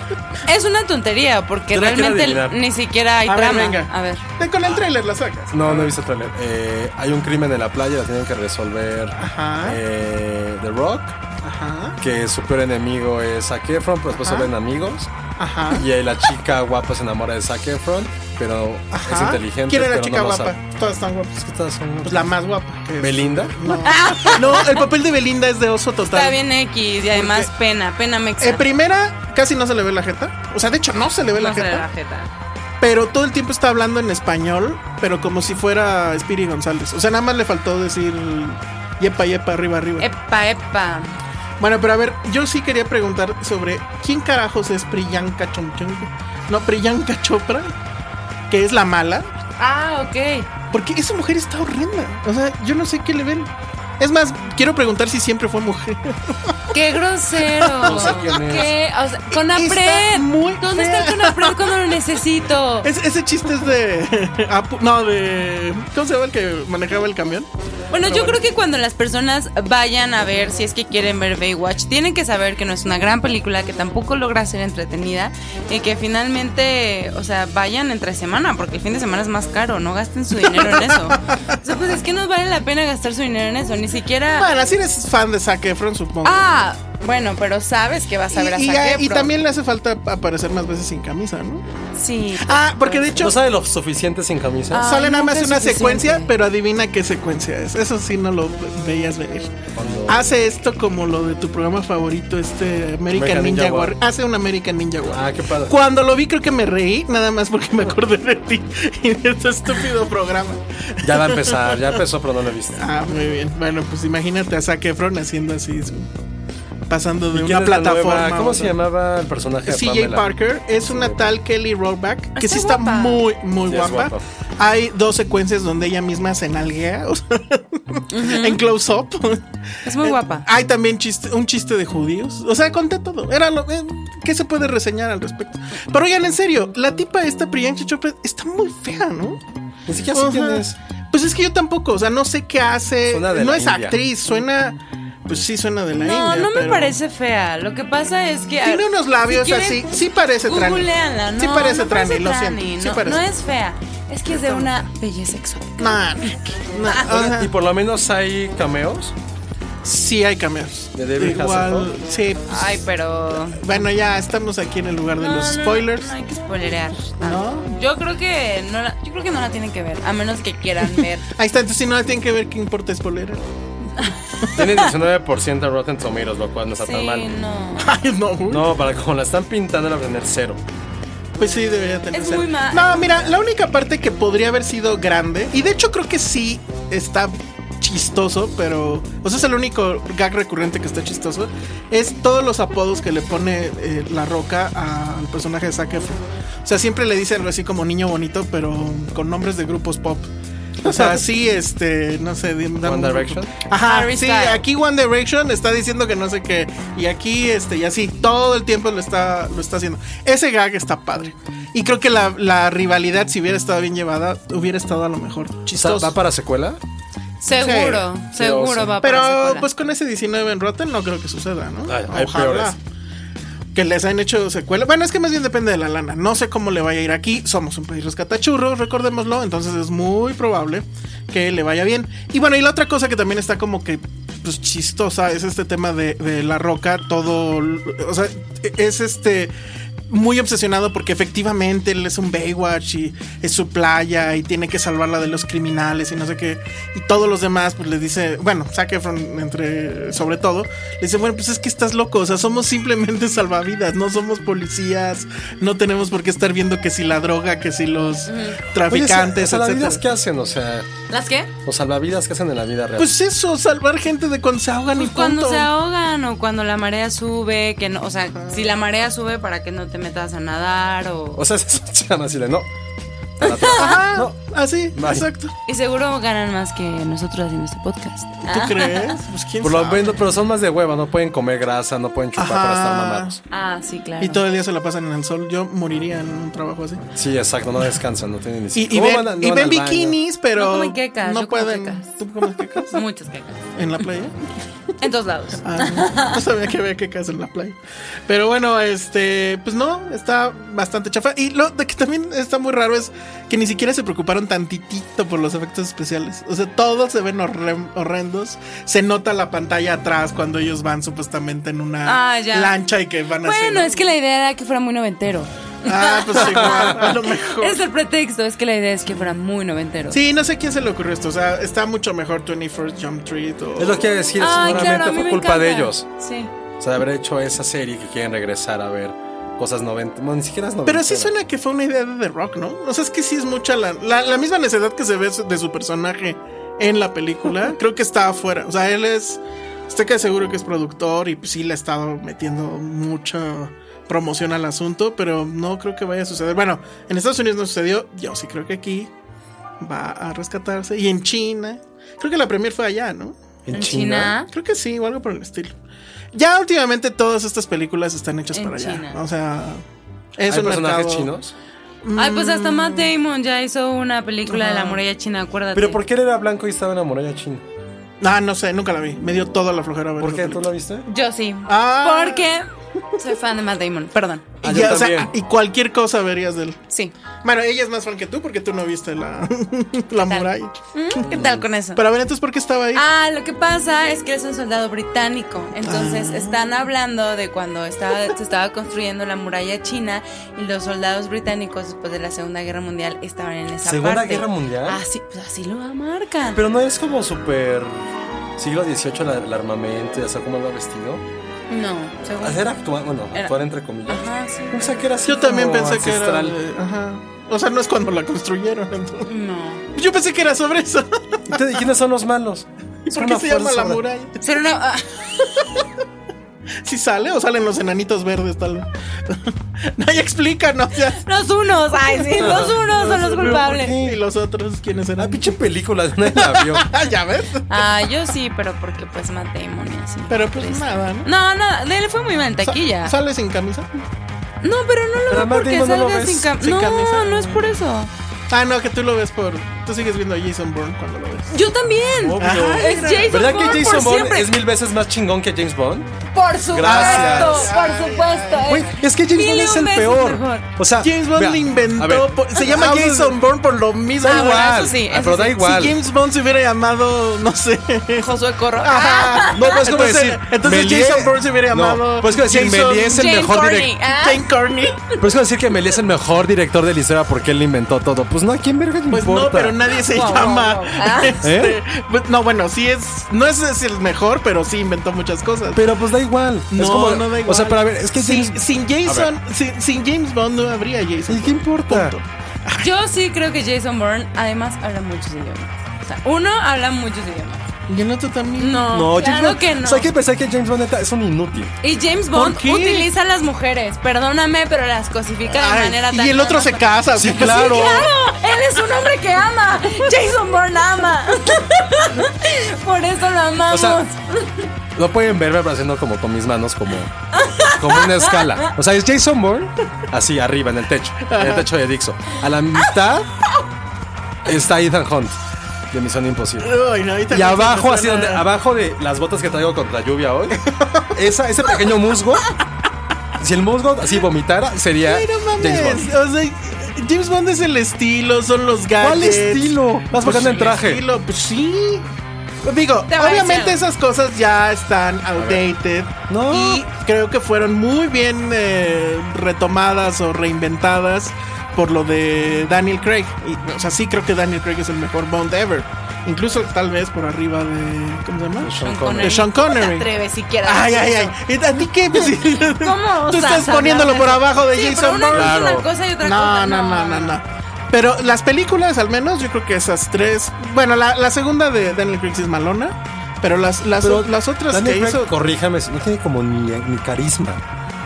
[SPEAKER 4] Es una tontería, porque
[SPEAKER 6] Yo la quiero
[SPEAKER 4] realmente
[SPEAKER 6] adivinar.
[SPEAKER 4] ni siquiera hay
[SPEAKER 5] A ver,
[SPEAKER 4] trama.
[SPEAKER 5] venga.
[SPEAKER 4] A ver.
[SPEAKER 5] De- con el trailer la sacas.
[SPEAKER 6] No, no he visto el trailer. Eh, hay un crimen en la playa, la tienen que resolver
[SPEAKER 5] Ajá.
[SPEAKER 6] eh, The Rock,
[SPEAKER 5] Ajá.
[SPEAKER 6] que su peor enemigo es Zac Efron, pero después se
[SPEAKER 5] Ajá.
[SPEAKER 6] ven amigos.
[SPEAKER 5] Ajá.
[SPEAKER 6] Y ahí la chica guapa se enamora de Zac Efron, pero
[SPEAKER 5] Ajá.
[SPEAKER 6] es inteligente.
[SPEAKER 5] ¿Quién era
[SPEAKER 6] pero
[SPEAKER 5] la chica
[SPEAKER 6] no lo
[SPEAKER 5] guapa?
[SPEAKER 6] sabe.
[SPEAKER 5] Todas están guapas.
[SPEAKER 6] Es que todas son-
[SPEAKER 5] Pues la más guapa. que es-
[SPEAKER 6] Belinda.
[SPEAKER 5] No. No, el papel de Belinda es de oso total.
[SPEAKER 4] Está bien X y además pena, pena mexa.
[SPEAKER 5] En primera, casi no se le ve la jeta. O sea, de hecho, no se le ve la
[SPEAKER 4] No se le
[SPEAKER 5] jeta.
[SPEAKER 4] ve la jeta.
[SPEAKER 5] Pero todo el tiempo está hablando en español, pero como si fuera Spiri González. O sea, nada más le faltó decir yepa, yepa, arriba, arriba.
[SPEAKER 4] Epa, epa.
[SPEAKER 5] Bueno, pero a ver, yo sí quería preguntar sobre quién carajos es Priyanka Chomchongo. No, Priyanka Chopra, que es la mala.
[SPEAKER 4] Ah, ok.
[SPEAKER 5] Porque esa mujer está horrenda. O sea, yo no sé qué le ven. Es más, quiero preguntar si siempre fue mujer.
[SPEAKER 4] ¡Qué grosero! ¿Qué? O sea, Conapred.
[SPEAKER 5] Está muy
[SPEAKER 4] ¿Dónde está el
[SPEAKER 5] fea.
[SPEAKER 4] Conapred cuando lo necesito?
[SPEAKER 5] Es- ese chiste es de. Apu- no, de. ¿Cómo se llama el que manejaba el camión?
[SPEAKER 4] Bueno,
[SPEAKER 5] Pero
[SPEAKER 4] yo
[SPEAKER 5] bueno.
[SPEAKER 4] creo que cuando las personas vayan a ver, si es que quieren ver Baywatch, tienen que saber que no es una gran película, que tampoco logra ser entretenida y que finalmente, o sea, vayan entre semana, porque el fin de semana es más caro, no gasten su dinero en eso. O sea, pues es que no vale la pena gastar su dinero en eso, ni siquiera...
[SPEAKER 5] Bueno, así eres fan de Zac Efron, supongo.
[SPEAKER 4] Ah, bueno, pero sabes que vas a ver a
[SPEAKER 5] y, y-
[SPEAKER 4] Zac
[SPEAKER 5] y
[SPEAKER 4] Efron.
[SPEAKER 5] también le hace falta aparecer más veces sin camisa, ¿no?
[SPEAKER 4] Sí.
[SPEAKER 5] Ah, porque de hecho
[SPEAKER 6] ¿No sabe lo suficiente sin camisa?
[SPEAKER 4] Ah.
[SPEAKER 5] sale nada
[SPEAKER 4] nunca
[SPEAKER 5] más
[SPEAKER 4] es
[SPEAKER 5] una
[SPEAKER 4] suficiente.
[SPEAKER 5] secuencia, pero adivina qué secuencia es. Eso sí no lo veías venir. Hace esto como lo de tu programa favorito, este American,
[SPEAKER 6] American
[SPEAKER 5] Ninja,
[SPEAKER 6] Ninja
[SPEAKER 5] Warrior.
[SPEAKER 6] Warrior.
[SPEAKER 5] Hace un American Ninja Warrior.
[SPEAKER 6] Ah, qué padre.
[SPEAKER 5] Cuando lo vi creo que me reí, nada más porque me acordé de ti y de este estúpido programa.
[SPEAKER 6] Ya va a empezar, ya empezó, pero no lo he visto.
[SPEAKER 5] Ah, muy bien. Bueno, pues imagínate a Zac Efron haciendo así, su- pasando de
[SPEAKER 6] ¿Quién
[SPEAKER 5] una
[SPEAKER 6] es la nueva?
[SPEAKER 5] plataforma. a
[SPEAKER 6] ¿Cómo
[SPEAKER 5] otra.
[SPEAKER 6] se llamaba el personaje? de
[SPEAKER 5] CJ
[SPEAKER 6] Pamela?
[SPEAKER 5] Parker es una tal Kelly Rollback que sí está
[SPEAKER 4] Ah, guapa.
[SPEAKER 5] muy, muy
[SPEAKER 6] Sí, es
[SPEAKER 5] guapa.
[SPEAKER 6] guapa.
[SPEAKER 5] Hay dos secuencias donde ella misma se nalguea o sea, en close up. Eh,
[SPEAKER 4] Es muy guapa.
[SPEAKER 5] Hay también chiste- un chiste de judíos. O sea, conté todo. Era lo eh, ¿Qué se puede reseñar al respecto? Pero oigan, en serio, la tipa esta Priyanka Chopra está muy fea, ¿no?
[SPEAKER 6] Ni siquiera sé quién
[SPEAKER 5] Ajá.
[SPEAKER 6] es.
[SPEAKER 5] Pues es que yo tampoco, o sea, no sé qué hace.
[SPEAKER 6] Suena de
[SPEAKER 5] no
[SPEAKER 6] la
[SPEAKER 5] es
[SPEAKER 6] India.
[SPEAKER 5] actriz, suena. Pues sí, suena de la
[SPEAKER 4] No,
[SPEAKER 5] India.
[SPEAKER 4] no me
[SPEAKER 5] pero-
[SPEAKER 4] parece fea. Lo que pasa es que...
[SPEAKER 5] Tiene unos labios
[SPEAKER 4] si quieren,
[SPEAKER 5] así. Sí parece trani.
[SPEAKER 4] Googleanla, no.
[SPEAKER 5] Sí parece
[SPEAKER 4] no
[SPEAKER 5] trani, lo
[SPEAKER 4] trani,
[SPEAKER 5] siento. Sí
[SPEAKER 4] No,
[SPEAKER 5] parece.
[SPEAKER 4] no es fea. Es que es de una belleza exótica.
[SPEAKER 5] Nah, nah,
[SPEAKER 4] Ah.
[SPEAKER 5] o sea,
[SPEAKER 6] Y por lo menos hay cameos.
[SPEAKER 5] sí hay cameos.
[SPEAKER 6] ¿De David
[SPEAKER 5] Igual,
[SPEAKER 6] Hasselhoff?
[SPEAKER 5] sí. pues,
[SPEAKER 4] Ay, pero.
[SPEAKER 5] Bueno, ya estamos aquí en el lugar de los spoilers.
[SPEAKER 4] No, hay que spoilerear.
[SPEAKER 5] No.
[SPEAKER 4] Yo creo que no la, yo creo que no la tienen que ver, a menos que quieran ver.
[SPEAKER 5] Ahí está, entonces si no la tienen que ver, ¿qué importa spoiler?
[SPEAKER 6] Tiene 19% de Rotten Tomatoes, lo cual no está tan
[SPEAKER 4] sí,
[SPEAKER 6] mal.
[SPEAKER 4] no.
[SPEAKER 5] Ay, no, güey.
[SPEAKER 6] No, para como la están pintando, la tener cero.
[SPEAKER 5] Pues sí, debería tener.
[SPEAKER 4] Es
[SPEAKER 5] cero.
[SPEAKER 4] muy mal.
[SPEAKER 5] No, mira, la única parte que podría haber sido grande, y de hecho creo que sí está chistoso, pero. O sea, es el único gag recurrente que está chistoso. Es todos los apodos que le pone eh, la roca a- al personaje de Zac Efron. O sea, siempre le dice algo así como niño bonito, pero con nombres de grupos pop. O sea, sí, este, no sé, dime-
[SPEAKER 6] One
[SPEAKER 5] dame un grupo.
[SPEAKER 6] Direction.
[SPEAKER 5] Ajá,
[SPEAKER 4] Harry
[SPEAKER 5] sí,
[SPEAKER 4] Styles.
[SPEAKER 5] aquí One Direction está diciendo que no sé qué. Y aquí, este, y así, todo el tiempo lo está, lo está haciendo. Ese gag está padre. Y creo que la, la rivalidad, si hubiera estado bien llevada, hubiera estado a lo mejor
[SPEAKER 6] O sea,
[SPEAKER 5] chistosa.
[SPEAKER 6] ¿Va para secuela?
[SPEAKER 4] Seguro,
[SPEAKER 6] Sí,
[SPEAKER 4] seguro
[SPEAKER 6] sí.
[SPEAKER 4] va a
[SPEAKER 5] Pero
[SPEAKER 4] secuela.
[SPEAKER 5] pues con ese 19 en Rotten no creo que suceda, ¿no?
[SPEAKER 6] Ay, hay peores.
[SPEAKER 5] Que les han hecho secuela. Bueno, es que más bien depende de la lana. No sé cómo le vaya a ir aquí. Somos un país rescatachurro, recordémoslo. Entonces es muy probable que le vaya bien. Y bueno, y la otra cosa que también está como que pues, chistosa es este tema de, de la roca. Todo. O sea, es este. Muy obsesionado porque efectivamente él es un Baywatch y es su playa y tiene que salvarla de los criminales y no sé qué. Y todos los demás, pues les dice, bueno, Zac Efron entre, sobre todo, le dice, bueno, pues es que estás loco, o sea, somos simplemente salvavidas, no somos policías, no tenemos por qué estar viendo que si la droga, que si los
[SPEAKER 6] Oye,
[SPEAKER 5] traficantes,
[SPEAKER 6] salvavidas
[SPEAKER 5] etc.
[SPEAKER 6] que hacen, o sea,
[SPEAKER 4] ¿Las qué?
[SPEAKER 6] los salvavidas que hacen en la vida real.
[SPEAKER 5] Pues eso, salvar gente de cuando se ahogan
[SPEAKER 4] Pues
[SPEAKER 5] y
[SPEAKER 4] cuando
[SPEAKER 5] punto.
[SPEAKER 4] se ahogan o cuando la marea sube, que no, o sea, si la marea sube para que no te metas a nadar o
[SPEAKER 6] o sea, esas son así de no. A la otra.
[SPEAKER 5] Ah,
[SPEAKER 6] No.
[SPEAKER 5] así,
[SPEAKER 6] Bye.
[SPEAKER 5] exacto.
[SPEAKER 4] y seguro ganan más que nosotros haciendo este podcast.
[SPEAKER 5] ¿Tú crees? Pues quién
[SPEAKER 6] Por lo
[SPEAKER 5] sabe.
[SPEAKER 6] menos, pero son más de hueva, no pueden comer grasa, no pueden chupar para estar
[SPEAKER 5] Ajá.
[SPEAKER 6] mamados.
[SPEAKER 4] Ah, sí, claro.
[SPEAKER 5] Y todo el día se la pasan en el sol. Yo moriría en un trabajo así.
[SPEAKER 6] Sí, exacto, no descansan, no tienen ni
[SPEAKER 5] Y, y
[SPEAKER 6] ¿Cómo
[SPEAKER 5] ven,
[SPEAKER 6] van a- no
[SPEAKER 5] y
[SPEAKER 6] van
[SPEAKER 5] ven
[SPEAKER 6] al baño?
[SPEAKER 5] bikinis, pero.
[SPEAKER 4] No comen quecas,
[SPEAKER 5] no
[SPEAKER 4] yo como
[SPEAKER 5] pueden.
[SPEAKER 4] quecas.
[SPEAKER 5] ¿Tú comes quecas?
[SPEAKER 4] Muchas quecas.
[SPEAKER 5] ¿En la playa?
[SPEAKER 4] En todos lados.
[SPEAKER 5] Ah, no. No sabía que había quecas en la playa. Pero bueno, este. Pues no, está bastante chafa. Y lo de que también está muy raro es que ni siquiera se preocuparon tantitito por los efectos especiales. O sea, todos se ven horre- horrendos. Se nota la pantalla atrás cuando ellos van supuestamente en una
[SPEAKER 4] Ah, ya.
[SPEAKER 5] lancha y que van a
[SPEAKER 4] Bueno, es que la idea era que fuera muy noventero.
[SPEAKER 5] Ah, pues igual, a lo mejor.
[SPEAKER 4] Es el pretexto, es que la idea es que fuera muy noventero.
[SPEAKER 5] Sí, no sé quién se le ocurrió esto. O sea, está mucho mejor 21st Jump Street. O...
[SPEAKER 6] Es lo que quiero decir,
[SPEAKER 4] Ay,
[SPEAKER 6] seguramente
[SPEAKER 4] Ah, claro, a mí
[SPEAKER 6] fue
[SPEAKER 4] me
[SPEAKER 6] culpa de
[SPEAKER 4] encanta.
[SPEAKER 6] ellos.
[SPEAKER 4] Sí.
[SPEAKER 6] O sea, de haber hecho esa serie que quieren regresar a ver cosas 90. Bueno, ni siquiera es 90.
[SPEAKER 5] Pero sí suena que fue una idea de The Rock, ¿no? O sea, es que sí es mucha la, la, la misma necesidad que se ve su- de su personaje en la película. creo que está afuera. O sea, él es. Estoy que seguro que es productor y pues, sí le ha estado metiendo mucha promoción al asunto, pero no creo que vaya a suceder. Bueno, en Estados Unidos no sucedió. Yo sí creo que aquí va a rescatarse. Y en China. Creo que la premier fue allá, ¿no?
[SPEAKER 6] ¿En,
[SPEAKER 4] ¿En
[SPEAKER 6] China?
[SPEAKER 4] China?
[SPEAKER 5] Creo que sí, o algo por el estilo. Ya últimamente todas estas películas están hechas
[SPEAKER 4] En
[SPEAKER 5] para
[SPEAKER 4] China.
[SPEAKER 5] allá. O sea, es
[SPEAKER 6] ¿Hay
[SPEAKER 5] un
[SPEAKER 6] personajes
[SPEAKER 5] mercado
[SPEAKER 6] chinos?
[SPEAKER 4] Ay, pues hasta Matt Damon ya hizo una película de la
[SPEAKER 5] Ajá.
[SPEAKER 4] muralla china, acuérdate.
[SPEAKER 6] ¿Pero por qué él era blanco y estaba en la muralla china?
[SPEAKER 5] Ah, no sé, nunca la vi. Me dio toda la flojera ver
[SPEAKER 6] ¿Por
[SPEAKER 5] esa
[SPEAKER 6] qué? ¿Tú
[SPEAKER 5] película.
[SPEAKER 6] la viste?
[SPEAKER 4] Yo sí.
[SPEAKER 5] Ah.
[SPEAKER 4] Porque soy fan de Matt Damon, perdón.
[SPEAKER 6] Ah,
[SPEAKER 5] Y,
[SPEAKER 6] yo
[SPEAKER 5] ya, o sea,
[SPEAKER 6] también.
[SPEAKER 5] y cualquier cosa verías de él.
[SPEAKER 4] Sí.
[SPEAKER 5] Bueno, ella es más fan que tú porque tú no viste la, la muralla.
[SPEAKER 4] Mm, ¿Qué tal con eso?
[SPEAKER 5] Pero a ver, entonces, ¿por qué estaba ahí?
[SPEAKER 4] Ah, lo que pasa es que él es un soldado británico. Entonces
[SPEAKER 6] Ah.
[SPEAKER 4] están hablando de cuando estaba, se estaba construyendo la muralla china y los soldados británicos después de la Segunda Guerra Mundial estaban en esa
[SPEAKER 6] ¿Segunda
[SPEAKER 4] parte.
[SPEAKER 6] Guerra Mundial?
[SPEAKER 4] Así, pues así lo marcan.
[SPEAKER 6] Pero no es como súper siglo XVIII la- el armamento y hacer como lo vestido.
[SPEAKER 4] no, según.
[SPEAKER 6] Hacer actuar, bueno,
[SPEAKER 4] Era-
[SPEAKER 6] actuar entre comillas.
[SPEAKER 4] Ajá, sí.
[SPEAKER 6] Pensé que era así
[SPEAKER 5] Yo también
[SPEAKER 6] como
[SPEAKER 5] pensé que
[SPEAKER 6] Oh, ancestral.
[SPEAKER 5] era. de- ajá. O sea, no es cuando la construyeron. entonces.
[SPEAKER 4] No.
[SPEAKER 5] Yo pensé que era sobre eso.
[SPEAKER 6] Entonces, ¿y ¿Quiénes son los malos?
[SPEAKER 5] ¿Y
[SPEAKER 6] Son
[SPEAKER 5] por qué
[SPEAKER 6] una
[SPEAKER 5] se llama
[SPEAKER 6] fuerza-
[SPEAKER 5] la muralla?
[SPEAKER 4] Ser una. ah,
[SPEAKER 5] ¿Si sale o salen los enanitos verdes tal vez? no, ya explícanos. Ya.
[SPEAKER 4] los unos, ay, sí, los unos son los culpables.
[SPEAKER 5] ¿Y los otros quiénes
[SPEAKER 6] Ah,
[SPEAKER 5] eran?
[SPEAKER 6] pinche película, nadie la vio.
[SPEAKER 5] Ah, ya ves.
[SPEAKER 4] Ah, yo sí, pero porque pues Matt Damon y así.
[SPEAKER 5] Pero pues nada, ¿no?
[SPEAKER 4] No, nada, de él fue muy mal en
[SPEAKER 5] Sa-
[SPEAKER 4] taquilla.
[SPEAKER 5] ¿Sale sin camisa?
[SPEAKER 4] No, pero no lo
[SPEAKER 6] Pero
[SPEAKER 4] veo
[SPEAKER 6] Matt
[SPEAKER 4] porque
[SPEAKER 6] Damon no lo
[SPEAKER 4] salga
[SPEAKER 6] ves
[SPEAKER 4] sin, cam-
[SPEAKER 5] sin
[SPEAKER 4] no,
[SPEAKER 5] camisa.
[SPEAKER 4] no es por eso.
[SPEAKER 5] Ah, no, que tú lo ves por. Tú sigues viendo a Jason Bourne cuando lo ves.
[SPEAKER 4] Yo también.
[SPEAKER 6] Obvio.
[SPEAKER 4] Ajá, es Jason
[SPEAKER 6] ¿Verdad
[SPEAKER 4] Bourne
[SPEAKER 6] que Jason
[SPEAKER 4] por
[SPEAKER 6] Bourne
[SPEAKER 4] siempre.
[SPEAKER 6] es mil veces más chingón que James Bond?
[SPEAKER 4] Por supuesto,
[SPEAKER 6] Gracias.
[SPEAKER 4] por supuesto.
[SPEAKER 6] Güey, es que James
[SPEAKER 4] mil
[SPEAKER 6] Bond
[SPEAKER 4] y
[SPEAKER 6] es
[SPEAKER 4] un
[SPEAKER 6] el
[SPEAKER 4] veces
[SPEAKER 6] peor.
[SPEAKER 4] mejor.
[SPEAKER 6] O sea,
[SPEAKER 5] James Bond
[SPEAKER 6] vea,
[SPEAKER 5] lo
[SPEAKER 6] a
[SPEAKER 5] inventó.
[SPEAKER 6] ver,
[SPEAKER 5] por- se llama
[SPEAKER 6] vamos a-
[SPEAKER 5] Jason Bourne por lo mismo.
[SPEAKER 6] Da
[SPEAKER 4] Ah, bueno,
[SPEAKER 6] igual,
[SPEAKER 4] eso sí,
[SPEAKER 6] Ah,
[SPEAKER 4] eso
[SPEAKER 6] pero da
[SPEAKER 4] sí.
[SPEAKER 6] igual.
[SPEAKER 5] Si James Bond se hubiera llamado, no sé.
[SPEAKER 4] Josué Corro.
[SPEAKER 5] Ajá.
[SPEAKER 6] No, pues como
[SPEAKER 5] Entonces-
[SPEAKER 6] decir.
[SPEAKER 5] entonces
[SPEAKER 6] Méliès-
[SPEAKER 5] Jason Bourne se hubiera llamado
[SPEAKER 6] No, pues como decir,
[SPEAKER 5] Jason-
[SPEAKER 6] Méliès es el
[SPEAKER 4] Jane
[SPEAKER 6] mejor
[SPEAKER 4] Courtney.
[SPEAKER 6] director.
[SPEAKER 4] Ah.
[SPEAKER 5] Jane Corney.
[SPEAKER 6] Pero es como decir que Méliès es el mejor director de la historia porque él lo inventó todo. Pues no, ¿a quién verga le
[SPEAKER 5] Pues
[SPEAKER 6] importa?
[SPEAKER 5] no, pero nadie se
[SPEAKER 4] Wow,
[SPEAKER 5] llama.
[SPEAKER 4] wow, wow. Ah.
[SPEAKER 5] este,
[SPEAKER 6] ¿Eh?
[SPEAKER 5] pues, No, bueno, sí es. No es, es el mejor, pero sí inventó muchas cosas.
[SPEAKER 6] Pero pues da igual.
[SPEAKER 5] no,
[SPEAKER 6] es como,
[SPEAKER 5] no da
[SPEAKER 6] O
[SPEAKER 5] igual.
[SPEAKER 6] sea, pero a ver, es que
[SPEAKER 5] sin,
[SPEAKER 6] James.
[SPEAKER 5] sin Jason, sin, sin James Bond no habría Jason.
[SPEAKER 6] ¿Y qué importa?
[SPEAKER 5] Punto.
[SPEAKER 4] Ah, Yo sí creo que Jason Bourne además habla muchos idiomas. O sea, uno habla muchos idiomas.
[SPEAKER 5] Y el otro también.
[SPEAKER 4] No,
[SPEAKER 6] James
[SPEAKER 4] claro
[SPEAKER 6] Bond-
[SPEAKER 4] que no.
[SPEAKER 6] O sea, hay que pensar que James Bond neta, es un inútil.
[SPEAKER 4] Y James Bond
[SPEAKER 5] qué?
[SPEAKER 4] utiliza a las mujeres, perdóname, pero las cosifica de
[SPEAKER 5] Ay,
[SPEAKER 4] manera tan
[SPEAKER 5] y el otro se
[SPEAKER 4] nada.
[SPEAKER 5] casa.
[SPEAKER 6] Sí,
[SPEAKER 5] o sea,
[SPEAKER 6] claro.
[SPEAKER 4] Sí, claro, él es un hombre que ama. Jason Bourne ama. Por eso lo amamos.
[SPEAKER 6] O sea, lo pueden ver pero haciendo como con mis manos, como, como una escala. O sea, es Jason Bourne, así arriba en el techo, en el techo de Dixon. A la mitad está Ethan Hunt de Misión Imposible.
[SPEAKER 5] Ay, no, ahorita
[SPEAKER 6] Y
[SPEAKER 5] no se me
[SPEAKER 6] abajo, así
[SPEAKER 5] suena.
[SPEAKER 6] donde, abajo de las botas que traigo contra lluvia hoy, esa, ese pequeño musgo, si el musgo así vomitara, sería
[SPEAKER 5] Ay, no
[SPEAKER 6] James Bond.
[SPEAKER 5] mames. O sea, James Bond es el estilo, son los gadgets.
[SPEAKER 6] ¿Cuál estilo? Vas
[SPEAKER 5] Pues
[SPEAKER 6] buscando en
[SPEAKER 5] el
[SPEAKER 6] traje.
[SPEAKER 5] estilo, pues sí. Digo,
[SPEAKER 4] Te va
[SPEAKER 5] obviamente
[SPEAKER 4] diciendo.
[SPEAKER 5] esas cosas ya están outdated.
[SPEAKER 6] No.
[SPEAKER 5] Y creo que fueron muy bien eh, retomadas o reinventadas por lo de Daniel Craig. Y, o sea, sí creo que Daniel Craig es el mejor Bond ever. Incluso tal vez por arriba de. ¿Cómo se llama?
[SPEAKER 6] Sean
[SPEAKER 5] De Sean
[SPEAKER 4] No te
[SPEAKER 5] Connery.
[SPEAKER 4] atreves siquiera. a
[SPEAKER 5] Ay,
[SPEAKER 4] decir
[SPEAKER 5] ay,
[SPEAKER 4] eso.
[SPEAKER 5] ay. ¿Y ¿A ti qué? Pues,
[SPEAKER 4] ¿Cómo
[SPEAKER 5] Tú
[SPEAKER 4] osas
[SPEAKER 5] estás poniéndolo por
[SPEAKER 4] hablar de-
[SPEAKER 5] abajo de
[SPEAKER 4] Sí, pero
[SPEAKER 5] Jason
[SPEAKER 4] una
[SPEAKER 5] Bourne.
[SPEAKER 4] cosa es
[SPEAKER 6] Claro.
[SPEAKER 4] una cosa y otra
[SPEAKER 5] No,
[SPEAKER 4] cosa.
[SPEAKER 5] no, no, no, no. Pero las películas, al menos, yo creo que esas tres. Bueno, la, la segunda de Daniel Craig sí es malona. Pero las, las,
[SPEAKER 6] Pero
[SPEAKER 5] las otras
[SPEAKER 6] Daniel
[SPEAKER 5] que
[SPEAKER 6] Craig,
[SPEAKER 5] hizo.
[SPEAKER 6] corríjame, no tiene como ni, ni carisma.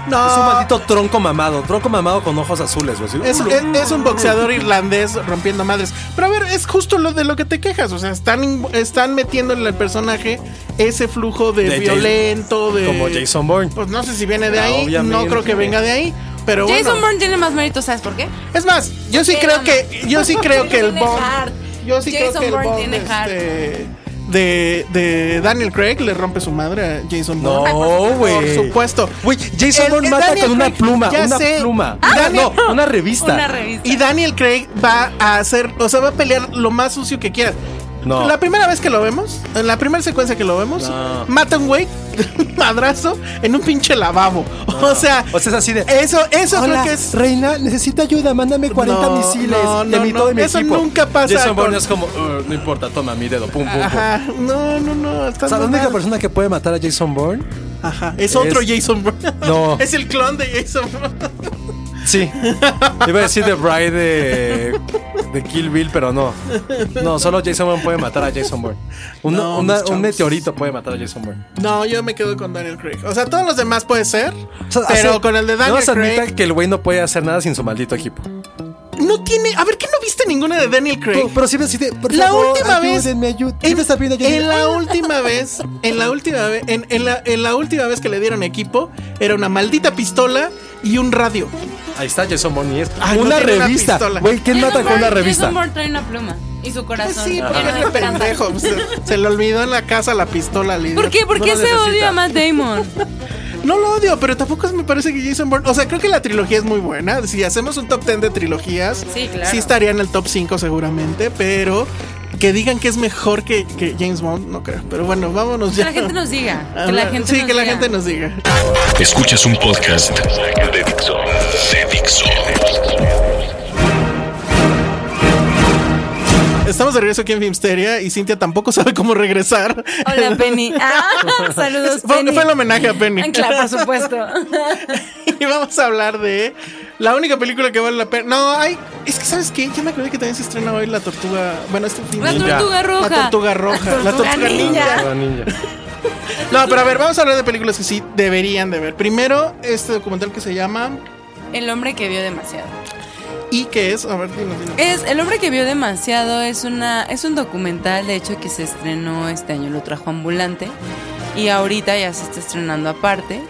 [SPEAKER 5] No,
[SPEAKER 6] Es un maldito tronco mamado, tronco mamado con ojos azules, güey. Así,
[SPEAKER 5] Es,
[SPEAKER 6] "Uh,
[SPEAKER 5] es- es un boxeador irlandés rompiendo madres. Pero a ver, es justo lo de lo que te quejas. O sea, están, in- están metiendo en el personaje ese flujo de,
[SPEAKER 6] De Jason-
[SPEAKER 5] violento, de.
[SPEAKER 6] Como Jason Bourne.
[SPEAKER 5] Pues no sé si viene de
[SPEAKER 6] Ah,
[SPEAKER 5] ahí.
[SPEAKER 6] obviamente.
[SPEAKER 5] No creo que venga de ahí. Pero
[SPEAKER 4] Jason
[SPEAKER 5] bueno.
[SPEAKER 4] Bourne tiene más mérito, ¿sabes por qué?
[SPEAKER 5] Es más, yo sí creo
[SPEAKER 4] Espérame.
[SPEAKER 5] que yo sí creo que el
[SPEAKER 4] Tiene
[SPEAKER 5] Bond,
[SPEAKER 4] heart.
[SPEAKER 5] yo sí creo
[SPEAKER 4] Jason
[SPEAKER 5] que el
[SPEAKER 4] Bourne
[SPEAKER 5] Bond
[SPEAKER 4] tiene heart.
[SPEAKER 5] este, de, de Daniel Craig le rompe su madre a Jason Bourne.
[SPEAKER 6] No, güey.
[SPEAKER 5] Por supuesto.
[SPEAKER 6] Güey, Jason
[SPEAKER 5] El-
[SPEAKER 6] Bourne
[SPEAKER 5] el
[SPEAKER 6] mata
[SPEAKER 5] Daniel
[SPEAKER 6] con una
[SPEAKER 5] Craig,
[SPEAKER 6] pluma,
[SPEAKER 5] ya
[SPEAKER 6] una
[SPEAKER 5] sé.
[SPEAKER 6] pluma.
[SPEAKER 5] Ah,
[SPEAKER 6] Una-
[SPEAKER 5] Daniel-
[SPEAKER 6] no, una revista.
[SPEAKER 4] Una revista.
[SPEAKER 5] Y Daniel Craig va a hacer, o sea, va a pelear lo más sucio que quiera.
[SPEAKER 6] No.
[SPEAKER 5] La primera vez que lo vemos, en la primera secuencia que lo vemos,
[SPEAKER 6] No.
[SPEAKER 5] mata a un güey, madrazo, en un pinche lavabo. O sea,
[SPEAKER 6] O sea, es así de.
[SPEAKER 5] eso, eso
[SPEAKER 6] "Hola,
[SPEAKER 5] creo que es.
[SPEAKER 6] Reina, necesito ayuda, mándame 40
[SPEAKER 5] No,
[SPEAKER 6] misiles.
[SPEAKER 5] no,
[SPEAKER 6] de
[SPEAKER 5] no,
[SPEAKER 6] mi-
[SPEAKER 5] no,
[SPEAKER 6] todo de mi
[SPEAKER 5] eso
[SPEAKER 6] equipo".
[SPEAKER 5] nunca pasa
[SPEAKER 6] Jason Bourne
[SPEAKER 5] con-
[SPEAKER 6] es como, "Uh, no importa, toma mi dedo, pum, pum, pum.
[SPEAKER 5] Ajá, no, no, no. está
[SPEAKER 6] O sea, la
[SPEAKER 5] muy
[SPEAKER 6] única
[SPEAKER 5] mal.
[SPEAKER 6] persona que puede matar a Jason Bourne.
[SPEAKER 5] Ajá, es, otro Jason Bourne.
[SPEAKER 6] No.
[SPEAKER 5] es el clon de Jason Bourne.
[SPEAKER 6] Sí. Iba a decir The Bride de, de Kill Bill, pero no. No, solo Jason Bourne puede matar a Jason Bourne. Una-
[SPEAKER 5] No,
[SPEAKER 6] una-
[SPEAKER 5] mis chavos.
[SPEAKER 6] un meteorito puede matar a Jason Bourne.
[SPEAKER 5] No, yo me quedo con Daniel Craig. O sea, todos los demás puede ser,
[SPEAKER 6] O sea,
[SPEAKER 5] pero
[SPEAKER 6] hace-
[SPEAKER 5] con el de
[SPEAKER 6] No
[SPEAKER 5] Daniel
[SPEAKER 6] se admita
[SPEAKER 5] Craig.
[SPEAKER 6] que el güey no puede hacer nada sin su maldito equipo.
[SPEAKER 5] No, No tiene. A ver, ¿qué no viste ninguna de Daniel Craig?
[SPEAKER 7] Pero, pero sí me decís, por
[SPEAKER 5] la
[SPEAKER 7] favor,
[SPEAKER 5] última vez.
[SPEAKER 7] ayúdenme, ayúdenme.
[SPEAKER 5] en,
[SPEAKER 7] Siempre está viendo yo-
[SPEAKER 5] en la última vez. En la última vez. En, en la, en la última vez que le dieron equipo, era una maldita pistola y un radio.
[SPEAKER 6] Ahí está Jason Bonnie. Es
[SPEAKER 5] Ay, Ah, no
[SPEAKER 7] una
[SPEAKER 5] tiene una
[SPEAKER 7] revista.
[SPEAKER 5] pistola.
[SPEAKER 7] Güey, ¿quién
[SPEAKER 4] Jason
[SPEAKER 7] mata con una
[SPEAKER 4] Bourne-
[SPEAKER 7] revista?
[SPEAKER 4] Jason Bourne trae una pluma y su
[SPEAKER 5] Pues
[SPEAKER 4] corazón.
[SPEAKER 5] sí, porque
[SPEAKER 4] lleno de
[SPEAKER 5] es de
[SPEAKER 4] esperanza.
[SPEAKER 5] pendejo. pues, Se, se le olvidó en la casa la pistola. le-
[SPEAKER 4] ¿Por qué? ¿Por
[SPEAKER 5] no
[SPEAKER 4] qué
[SPEAKER 5] lo
[SPEAKER 4] se
[SPEAKER 5] necesita.
[SPEAKER 4] odia a Matt Damon?
[SPEAKER 5] No lo odio, pero tampoco me parece que Jason Bourne. O sea, creo que la trilogía es muy buena. Si hacemos un top 10 de trilogías,
[SPEAKER 4] Sí, claro.
[SPEAKER 5] estaría en el top 5 seguramente, pero que digan que es mejor que, que James Bond, no creo. Pero bueno, vámonos
[SPEAKER 4] Que
[SPEAKER 5] ya.
[SPEAKER 4] la gente nos diga. Que la gente
[SPEAKER 5] sí,
[SPEAKER 4] nos
[SPEAKER 5] que la
[SPEAKER 4] diga.
[SPEAKER 5] gente nos diga.
[SPEAKER 2] Escuchas un podcast de Dixo. De Dixo.
[SPEAKER 5] Estamos de regreso aquí en Filmsteria y Cintia tampoco sabe cómo regresar.
[SPEAKER 4] Hola, Penny. Ah, saludos,
[SPEAKER 5] Fue-
[SPEAKER 4] Penny.
[SPEAKER 5] fue el homenaje a Penny.
[SPEAKER 4] Ah, Claro, por supuesto.
[SPEAKER 5] y vamos a hablar de la única película que vale la pena. No, hay. Es que, ¿sabes qué? Ya me acordé que también se estrena hoy La Tortuga. Bueno, este fin de
[SPEAKER 4] La
[SPEAKER 5] semana.
[SPEAKER 4] tortuga roja.
[SPEAKER 5] La Tortuga Roja.
[SPEAKER 4] La tortuga ninja.
[SPEAKER 6] la ninja.
[SPEAKER 5] No, pero a ver, vamos a hablar de películas que sí deberían de ver. Primero, este documental que se llama.
[SPEAKER 4] El hombre que vio demasiado.
[SPEAKER 5] ¿Y que es? A ver, dinos, dinos.
[SPEAKER 4] Es El hombre que vio demasiado es una es un documental, de hecho, que se estrenó este año, lo trajo ambulante. Y ahorita ya se está estrenando aparte.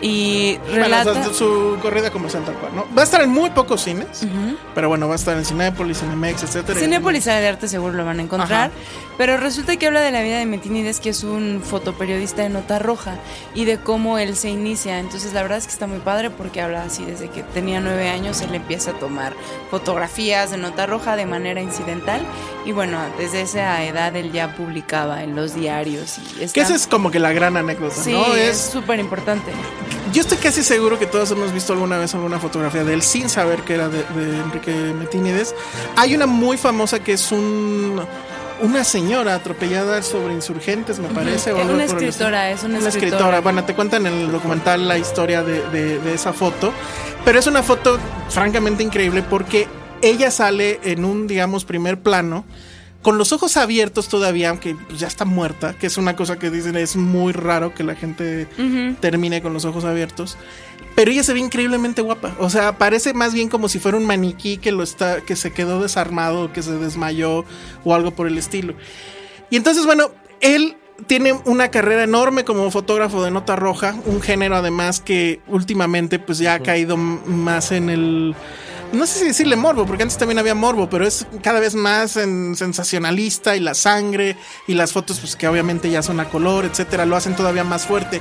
[SPEAKER 4] Y
[SPEAKER 5] Bueno, o sea,
[SPEAKER 4] relata.
[SPEAKER 5] su corrida comercial tal cual, ¿no? Va a estar en muy pocos cines,
[SPEAKER 4] Ujú.
[SPEAKER 5] pero bueno, va a estar en Cinépolis, Cinemex, etcétera.
[SPEAKER 4] Cinepolis Sala de Arte seguro lo van a encontrar.
[SPEAKER 5] Ajá.
[SPEAKER 4] Pero resulta que habla de la vida de Metinides, que es un fotoperiodista de nota roja, y de cómo él se inicia. Entonces, la verdad es que está muy padre porque habla así: desde que tenía nueve años, él empieza a tomar fotografías de nota roja de manera incidental. Y bueno, desde esa edad él ya publicaba en los diarios. Y está-
[SPEAKER 5] Que esa es como que la gran anécdota,
[SPEAKER 4] Sí,
[SPEAKER 5] ¿no?
[SPEAKER 4] es
[SPEAKER 5] Es,
[SPEAKER 4] súper importante.
[SPEAKER 5] yo estoy casi seguro que todos hemos visto alguna vez alguna fotografía de él sin saber que era de, de Enrique Metínides. Hay una muy famosa que es un una señora atropellada sobre insurgentes, me parece. o
[SPEAKER 4] Es
[SPEAKER 5] algo
[SPEAKER 4] una
[SPEAKER 5] por el estilo.
[SPEAKER 4] escritora, es una,
[SPEAKER 5] una escritora. Bueno, te cuentan en el documental la historia de, de- de esa foto. Pero es una foto francamente increíble porque ella sale en un, digamos, primer plano. Con los ojos abiertos todavía, aunque pues, ya está muerta, que es una cosa que dicen es muy raro que la gente termine con los ojos abiertos. Pero ella se ve increíblemente guapa. O sea, parece más bien como si fuera un maniquí que lo está, que se quedó desarmado, que se desmayó o algo por el estilo. Y entonces, bueno, él tiene una carrera enorme como fotógrafo de nota roja, un género además que últimamente pues ya ha caído m- más en el... No sé si decirle morbo, porque antes también había morbo, pero es cada vez más en sensacionalista y la sangre y las fotos pues que obviamente ya son a color, etcétera, lo hacen todavía más fuerte.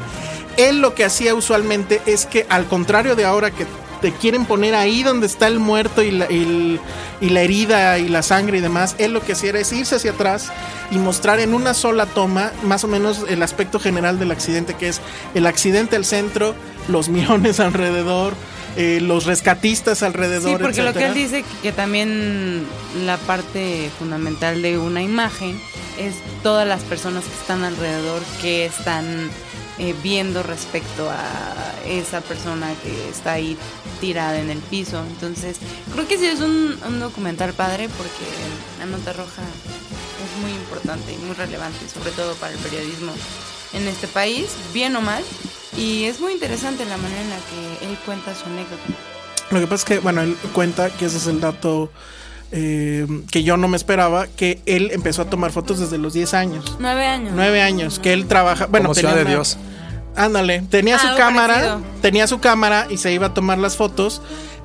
[SPEAKER 5] Él lo que hacía usualmente es que al contrario de ahora que te quieren poner ahí donde está el muerto y la, y el- y la herida y la sangre y demás, él lo que hacía era es irse hacia atrás y mostrar en una sola toma más o menos el aspecto general del accidente, que es el accidente al centro, los mirones alrededor, eh, los rescatistas alrededor.
[SPEAKER 4] Sí, porque lo que
[SPEAKER 5] etcétera.
[SPEAKER 4] él dice que, que también la parte fundamental de una imagen es todas las personas que están alrededor que están eh, viendo respecto a esa persona que está ahí tirada en el piso. Entonces, creo que sí es un, un documental padre porque la nota roja es muy importante y muy relevante, sobre todo para el periodismo en este país, bien o mal. Y es muy interesante la manera en la que él cuenta su anécdota.
[SPEAKER 5] Lo que pasa es que, bueno, él cuenta que ese es el dato eh, que yo no me esperaba, que él empezó a tomar fotos desde los 10 años.
[SPEAKER 4] Nueve años.
[SPEAKER 5] Nueve años, que él trabaja. Bueno,
[SPEAKER 6] Como
[SPEAKER 5] tenía
[SPEAKER 6] Ciudad de
[SPEAKER 5] una-
[SPEAKER 6] Dios.
[SPEAKER 5] Ándale, tenía su
[SPEAKER 4] Algo
[SPEAKER 5] cámara,
[SPEAKER 4] parecido.
[SPEAKER 5] tenía su cámara y se iba a tomar las fotos.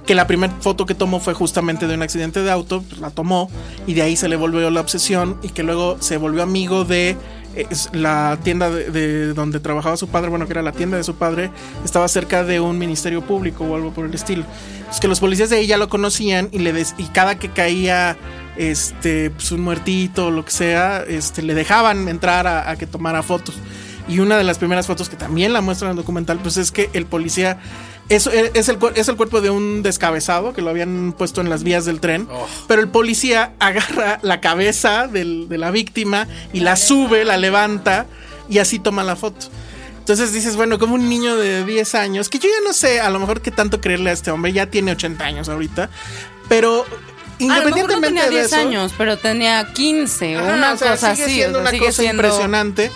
[SPEAKER 5] Que la primera foto que tomó fue justamente de un accidente de auto, pues, la tomó y de ahí se le volvió la obsesión y que luego se volvió amigo de eh, es la tienda de, de donde trabajaba su padre, bueno, que era la tienda de su padre, estaba cerca de un ministerio público o algo por el estilo. Pues que los policías de ahí ya lo conocían y, le des- y cada que caía este, pues, un muertito o lo que sea, este, le dejaban entrar a- a que tomara fotos. Y una de las primeras fotos que también la muestran en el documental, pues es que el policía es, es, el, cuer- es el cuerpo de un descabezado que lo habían puesto en las vías del tren. Pero el policía agarra la cabeza del- de la víctima y la sube, la levanta y así toma la foto. Entonces dices, bueno, como un niño de 10 años, que yo ya no sé a lo mejor qué tanto creerle a este hombre, ya tiene 80 años ahorita,
[SPEAKER 4] A lo
[SPEAKER 5] pero
[SPEAKER 4] mejor no
[SPEAKER 5] independientemente
[SPEAKER 4] tenía
[SPEAKER 5] de
[SPEAKER 4] 10
[SPEAKER 5] eso,
[SPEAKER 4] años, pero tenía 15 o
[SPEAKER 5] Ajá,
[SPEAKER 4] una
[SPEAKER 5] o sea,
[SPEAKER 4] cosa
[SPEAKER 5] sigue
[SPEAKER 4] así.
[SPEAKER 5] siendo
[SPEAKER 4] o sea,
[SPEAKER 5] una
[SPEAKER 4] sigue
[SPEAKER 5] cosa
[SPEAKER 4] siendo-
[SPEAKER 5] impresionante.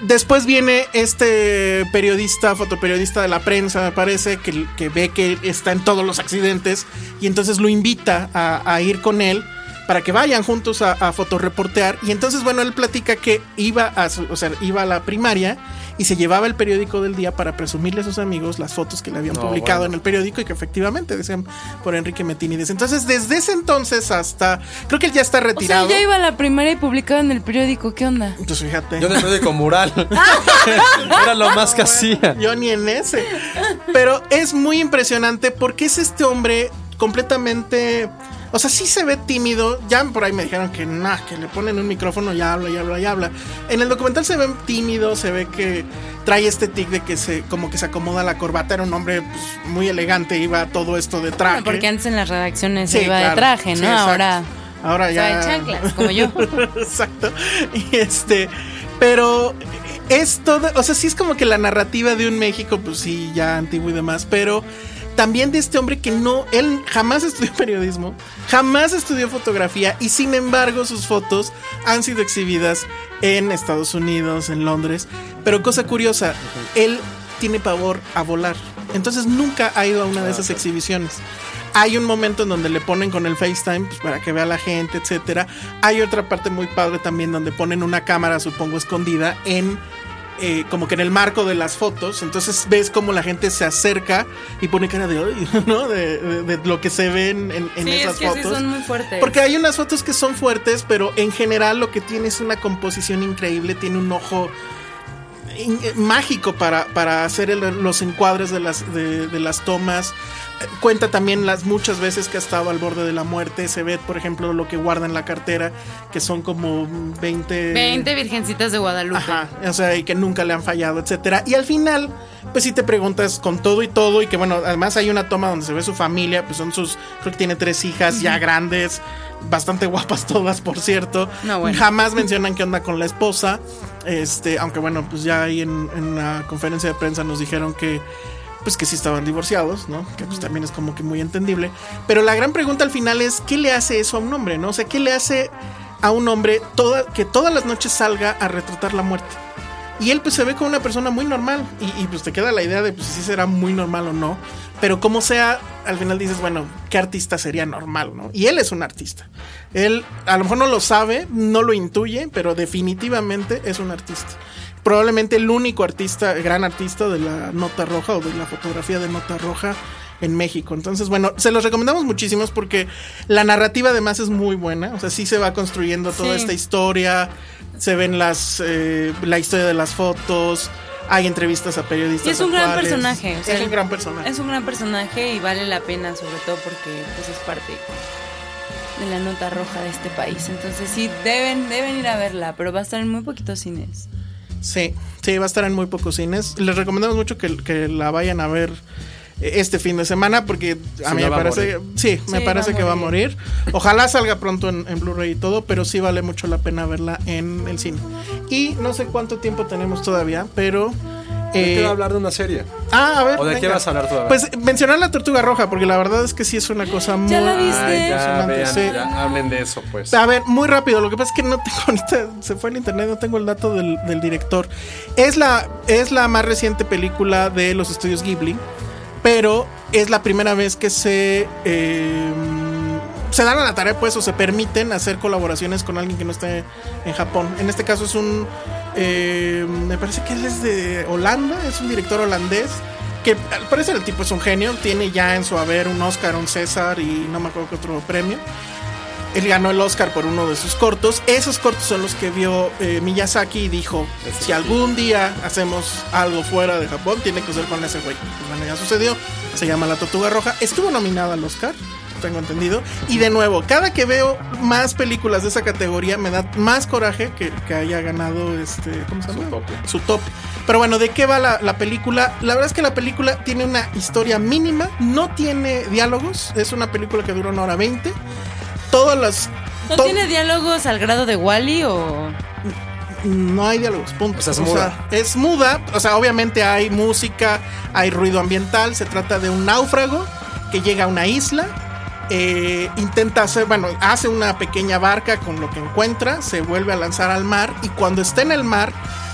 [SPEAKER 5] Después viene este periodista, fotoperiodista de la prensa, me parece, que, que ve que está en todos los accidentes y entonces lo invita a, a ir con él para que vayan juntos a, a fotoreportear. Y entonces, bueno, él platica que iba a, su- o sea, iba a la primaria y se llevaba el periódico del día para presumirle a sus amigos las fotos que le habían
[SPEAKER 6] No,
[SPEAKER 5] publicado
[SPEAKER 6] bueno.
[SPEAKER 5] en el periódico y que efectivamente decían por Enrique Metinides. Entonces, desde ese entonces hasta, creo que él ya está
[SPEAKER 4] O sea,
[SPEAKER 5] retirado.
[SPEAKER 4] yo iba a la primaria y publicaba en el periódico, ¿qué onda?
[SPEAKER 5] Pues fíjate.
[SPEAKER 6] Yo en el periódico mural. Era lo más que hacía.
[SPEAKER 5] Yo ni en ese. Pero es muy impresionante porque es este hombre completamente. O sea, sí se ve tímido. Ya por ahí me dijeron que nah, que le ponen un micrófono y habla y habla y habla. En el documental se ve tímido, se ve que trae este tic de que se como que se acomoda la corbata. Era un hombre pues, muy elegante, iba a todo esto de traje.
[SPEAKER 4] Bueno, porque antes en las redacciones
[SPEAKER 5] Sí,
[SPEAKER 4] se iba de
[SPEAKER 5] claro.
[SPEAKER 4] traje,
[SPEAKER 5] Sí,
[SPEAKER 4] ¿no?
[SPEAKER 5] exacto.
[SPEAKER 4] Ahora
[SPEAKER 5] Ahora
[SPEAKER 4] estaba
[SPEAKER 5] ya.
[SPEAKER 4] en chanclas, como yo.
[SPEAKER 5] Exacto. Y este, pero es todo, o sea, sí es como que la narrativa de un México, pues sí, ya antiguo y demás, pero también de este hombre que no, él jamás estudió periodismo, jamás estudió fotografía y sin embargo sus fotos han sido exhibidas en Estados Unidos, en Londres, pero cosa curiosa, él tiene pavor a volar, entonces nunca ha ido a una de esas exhibiciones. Hay un momento en donde le ponen con el FaceTime pues, para que vea la gente, etcétera. Hay otra parte muy padre también donde ponen una cámara, supongo, escondida en eh, como que en el marco de las fotos. Entonces ves como la gente se acerca y pone cara de "Ay", ¿no? De, de- de lo que se ve en, en- en
[SPEAKER 4] Sí,
[SPEAKER 5] esas
[SPEAKER 4] es que sí
[SPEAKER 5] fotos.
[SPEAKER 4] son muy fuertes.
[SPEAKER 5] Porque hay unas fotos que son fuertes, pero en general lo que tiene es una composición increíble, tiene un ojo in- eh, mágico para, para hacer el- los encuadres de las, de, de las tomas. Eh, Cuenta también las muchas veces que ha estado al borde de la muerte. Se ve, por ejemplo, lo que guarda en la cartera, que son como 20...
[SPEAKER 4] 20 virgencitas de Guadalupe.
[SPEAKER 5] Ajá, o sea, y que nunca le han fallado, etcétera. Y al final, pues si te preguntas con todo y todo, y que bueno, además hay una toma donde se ve su familia, pues son sus, creo que tiene tres hijas ya grandes, bastante guapas todas, por cierto.
[SPEAKER 4] No, bueno.
[SPEAKER 5] Jamás mencionan qué onda con la esposa, este, aunque bueno, pues ya ahí en, en una conferencia de prensa nos dijeron que... Pues que sí estaban divorciados, ¿no? Que pues también es como que muy entendible. Pero la gran pregunta al final es, ¿qué le hace eso a un hombre, no? O sea, ¿qué le hace a un hombre toda- que todas las noches salga a retratar la muerte. Y él pues se ve como una persona muy normal. Y, y, pues te queda la idea de pues, si será muy normal o no. Pero como sea, al final dices, bueno, ¿qué artista sería normal? ¿no? Y él es un artista. Él a lo mejor no lo sabe, no lo intuye, pero definitivamente es un artista. Probablemente el único artista, gran artista de la nota roja o de la fotografía de nota roja en México. Entonces, bueno, se los recomendamos muchísimos porque la narrativa además es muy buena. O sea, sí se va construyendo toda
[SPEAKER 4] Sí.
[SPEAKER 5] esta historia. Se ven las eh, la historia de las fotos. Hay entrevistas a periodistas.
[SPEAKER 4] Y es un gran
[SPEAKER 5] actuales.
[SPEAKER 4] personaje. o sea,
[SPEAKER 5] es un gran personaje.
[SPEAKER 4] Es un gran personaje y vale la pena, sobre todo porque pues, es parte de la nota roja de este país. Entonces sí, deben, deben ir a verla, pero va a estar en muy poquitos cines.
[SPEAKER 5] Sí, sí, va a estar en muy pocos cines. Les recomendamos mucho que, que la vayan a ver eh, este fin de semana porque a
[SPEAKER 6] Si
[SPEAKER 5] mí
[SPEAKER 6] no
[SPEAKER 5] me
[SPEAKER 6] va a
[SPEAKER 5] parece, sí, me
[SPEAKER 4] Sí,
[SPEAKER 5] parece
[SPEAKER 4] va a
[SPEAKER 5] que va a morir. Ojalá salga pronto en, en Blu-ray y todo, pero sí vale mucho la pena verla en el cine. Y no sé cuánto tiempo tenemos todavía, pero eh,
[SPEAKER 6] Quiero hablar de una serie.
[SPEAKER 5] Ah, a ver.
[SPEAKER 6] ¿O de qué
[SPEAKER 5] venga.
[SPEAKER 6] vas a hablar tú? A ver.
[SPEAKER 5] Pues mencionar la tortuga roja, porque la verdad es que sí es una cosa muy.
[SPEAKER 4] la viste.
[SPEAKER 6] Ay, ya,
[SPEAKER 5] Impresionante,
[SPEAKER 6] vean,
[SPEAKER 5] sí. Ah.
[SPEAKER 6] ya, hablen de eso, pues.
[SPEAKER 5] A ver, muy rápido. Lo que pasa es que no tengo ahorita. Se fue el internet, no tengo el dato del, del director. Es la, es la más reciente película de los estudios Ghibli, pero es la primera vez que se. eh, se dan a la tarea, pues, o se permiten hacer colaboraciones con alguien que no esté en Japón. En este caso es un. eh, me parece que él es de Holanda, es un director holandés. Que al parecer el tipo es un genio, tiene ya en su haber un Oscar, un César y no me acuerdo qué otro premio. Él ganó el Oscar por uno de sus cortos. Esos cortos son los que vio eh, Miyazaki y dijo, si algún día hacemos algo fuera de Japón, tiene que ser con ese güey. Pues bueno, ya sucedió. Se llama La Tortuga Roja. Estuvo nominada al Oscar, tengo entendido. Y de nuevo, cada que veo más películas de esa categoría, me da más coraje que, que haya ganado este... ¿Cómo se llama?
[SPEAKER 6] Zootopia.
[SPEAKER 5] su top. Pero bueno, ¿de qué va la, la película? La verdad es que la película tiene una historia mínima, no tiene diálogos, es una película que dura una hora veinte. Todas las...
[SPEAKER 4] ¿No
[SPEAKER 5] to-
[SPEAKER 4] tiene diálogos al grado de Wally o...?
[SPEAKER 5] no hay diálogos, punto.
[SPEAKER 6] O sea, es muda.
[SPEAKER 5] es muda, o sea, obviamente hay música, hay ruido ambiental, se trata de un náufrago que llega a una isla, eh, intenta hacer, bueno, hace una pequeña barca con lo que encuentra, se vuelve a lanzar al mar y cuando está en el mar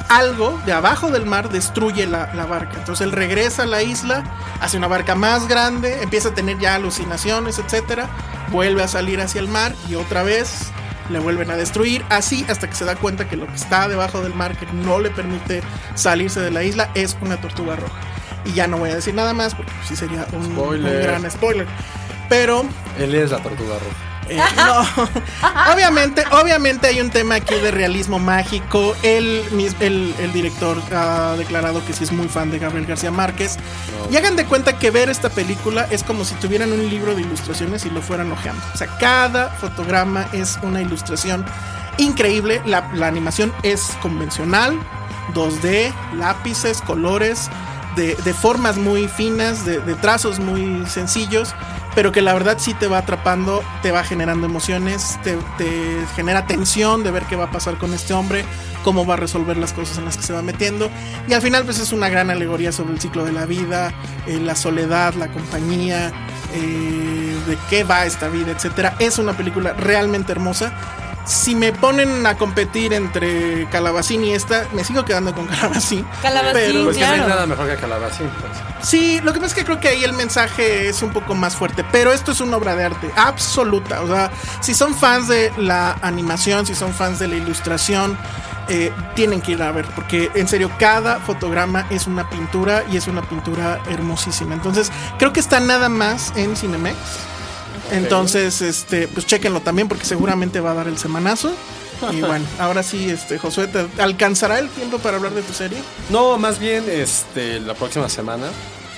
[SPEAKER 5] algo de abajo del mar destruye la, la barca. Entonces él regresa a la isla, hace una barca más grande, empieza a tener ya alucinaciones, etcétera, vuelve a salir hacia el mar y otra vez le vuelven a destruir, así hasta que se da cuenta que lo que está debajo del mar que no le permite salirse de la isla es una tortuga roja. Y ya no voy a decir nada más porque sí sería un,
[SPEAKER 6] Spoiler.
[SPEAKER 5] un gran spoiler. Pero
[SPEAKER 6] Él es la tortuga roja.
[SPEAKER 5] eh, no. obviamente, obviamente hay un tema aquí de realismo mágico. Él, mis- el, el director ha declarado que sí es muy fan de Gabriel García Márquez. Y hagan de cuenta que ver esta película es como si tuvieran un libro de ilustraciones y lo fueran hojeando. O sea, cada fotograma es una ilustración increíble. La, la animación es convencional, 2D, lápices, colores, de, de formas muy finas, de, de trazos muy sencillos, pero que la verdad sí te va atrapando, te va generando emociones, te, te genera tensión de ver qué va a pasar con este hombre, cómo va a resolver las cosas en las que se va metiendo. Y al final pues es una gran alegoría sobre el ciclo de la vida, eh, la soledad, la compañía, eh, de qué va esta vida, etcétera. Es una película realmente hermosa. Si me ponen a competir entre Calabacín y esta, me sigo quedando con Calabacín.
[SPEAKER 4] Calabacín, Pues
[SPEAKER 5] pero-
[SPEAKER 6] Pues
[SPEAKER 4] que no
[SPEAKER 6] que no
[SPEAKER 4] hay Claro.
[SPEAKER 6] hay
[SPEAKER 4] nada
[SPEAKER 6] nada mejor que calabacín. Pues.
[SPEAKER 5] Sí, lo que pasa es que creo que ahí el mensaje es un poco más fuerte, pero esto es una obra de arte absoluta. O sea, si son fans de la animación, si son fans de la ilustración, eh, tienen que ir a ver, porque en serio, cada fotograma es una pintura y es una pintura hermosísima. Entonces, creo que está nada más en Cinemex. Entonces, este, pues chéquenlo también, porque seguramente va a dar el semanazo. Y bueno, ahora sí, este, Josué, ¿te alcanzará el tiempo para hablar de tu serie?
[SPEAKER 6] No, más bien este, la próxima semana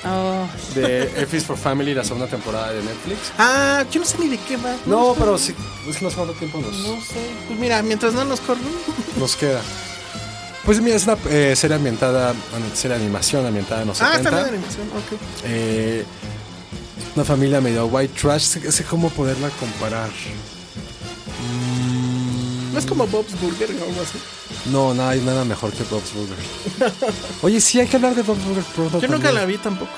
[SPEAKER 4] Oh.
[SPEAKER 6] de F is for Family, la segunda temporada de Netflix.
[SPEAKER 5] Ah, yo no sé ni de qué va.
[SPEAKER 6] No, pero sí, es que nos falta tiempo, nos,
[SPEAKER 5] No sé. Pues mira, mientras no nos corran.
[SPEAKER 6] nos queda. Pues mira, es una eh, serie ambientada, bueno, serie de animación ambientada en los
[SPEAKER 5] Ah, está
[SPEAKER 6] 70.
[SPEAKER 5] bien de animación, ok.
[SPEAKER 6] Eh, una familia medio white trash, sé, sé cómo poderla comparar.
[SPEAKER 5] No es como Bob's Burger o algo así.
[SPEAKER 6] No, no hay nada mejor que Bob's Burger. Oye, sí hay que hablar de Bob's Burger pronto.
[SPEAKER 5] Yo nunca
[SPEAKER 6] también.
[SPEAKER 5] la vi tampoco.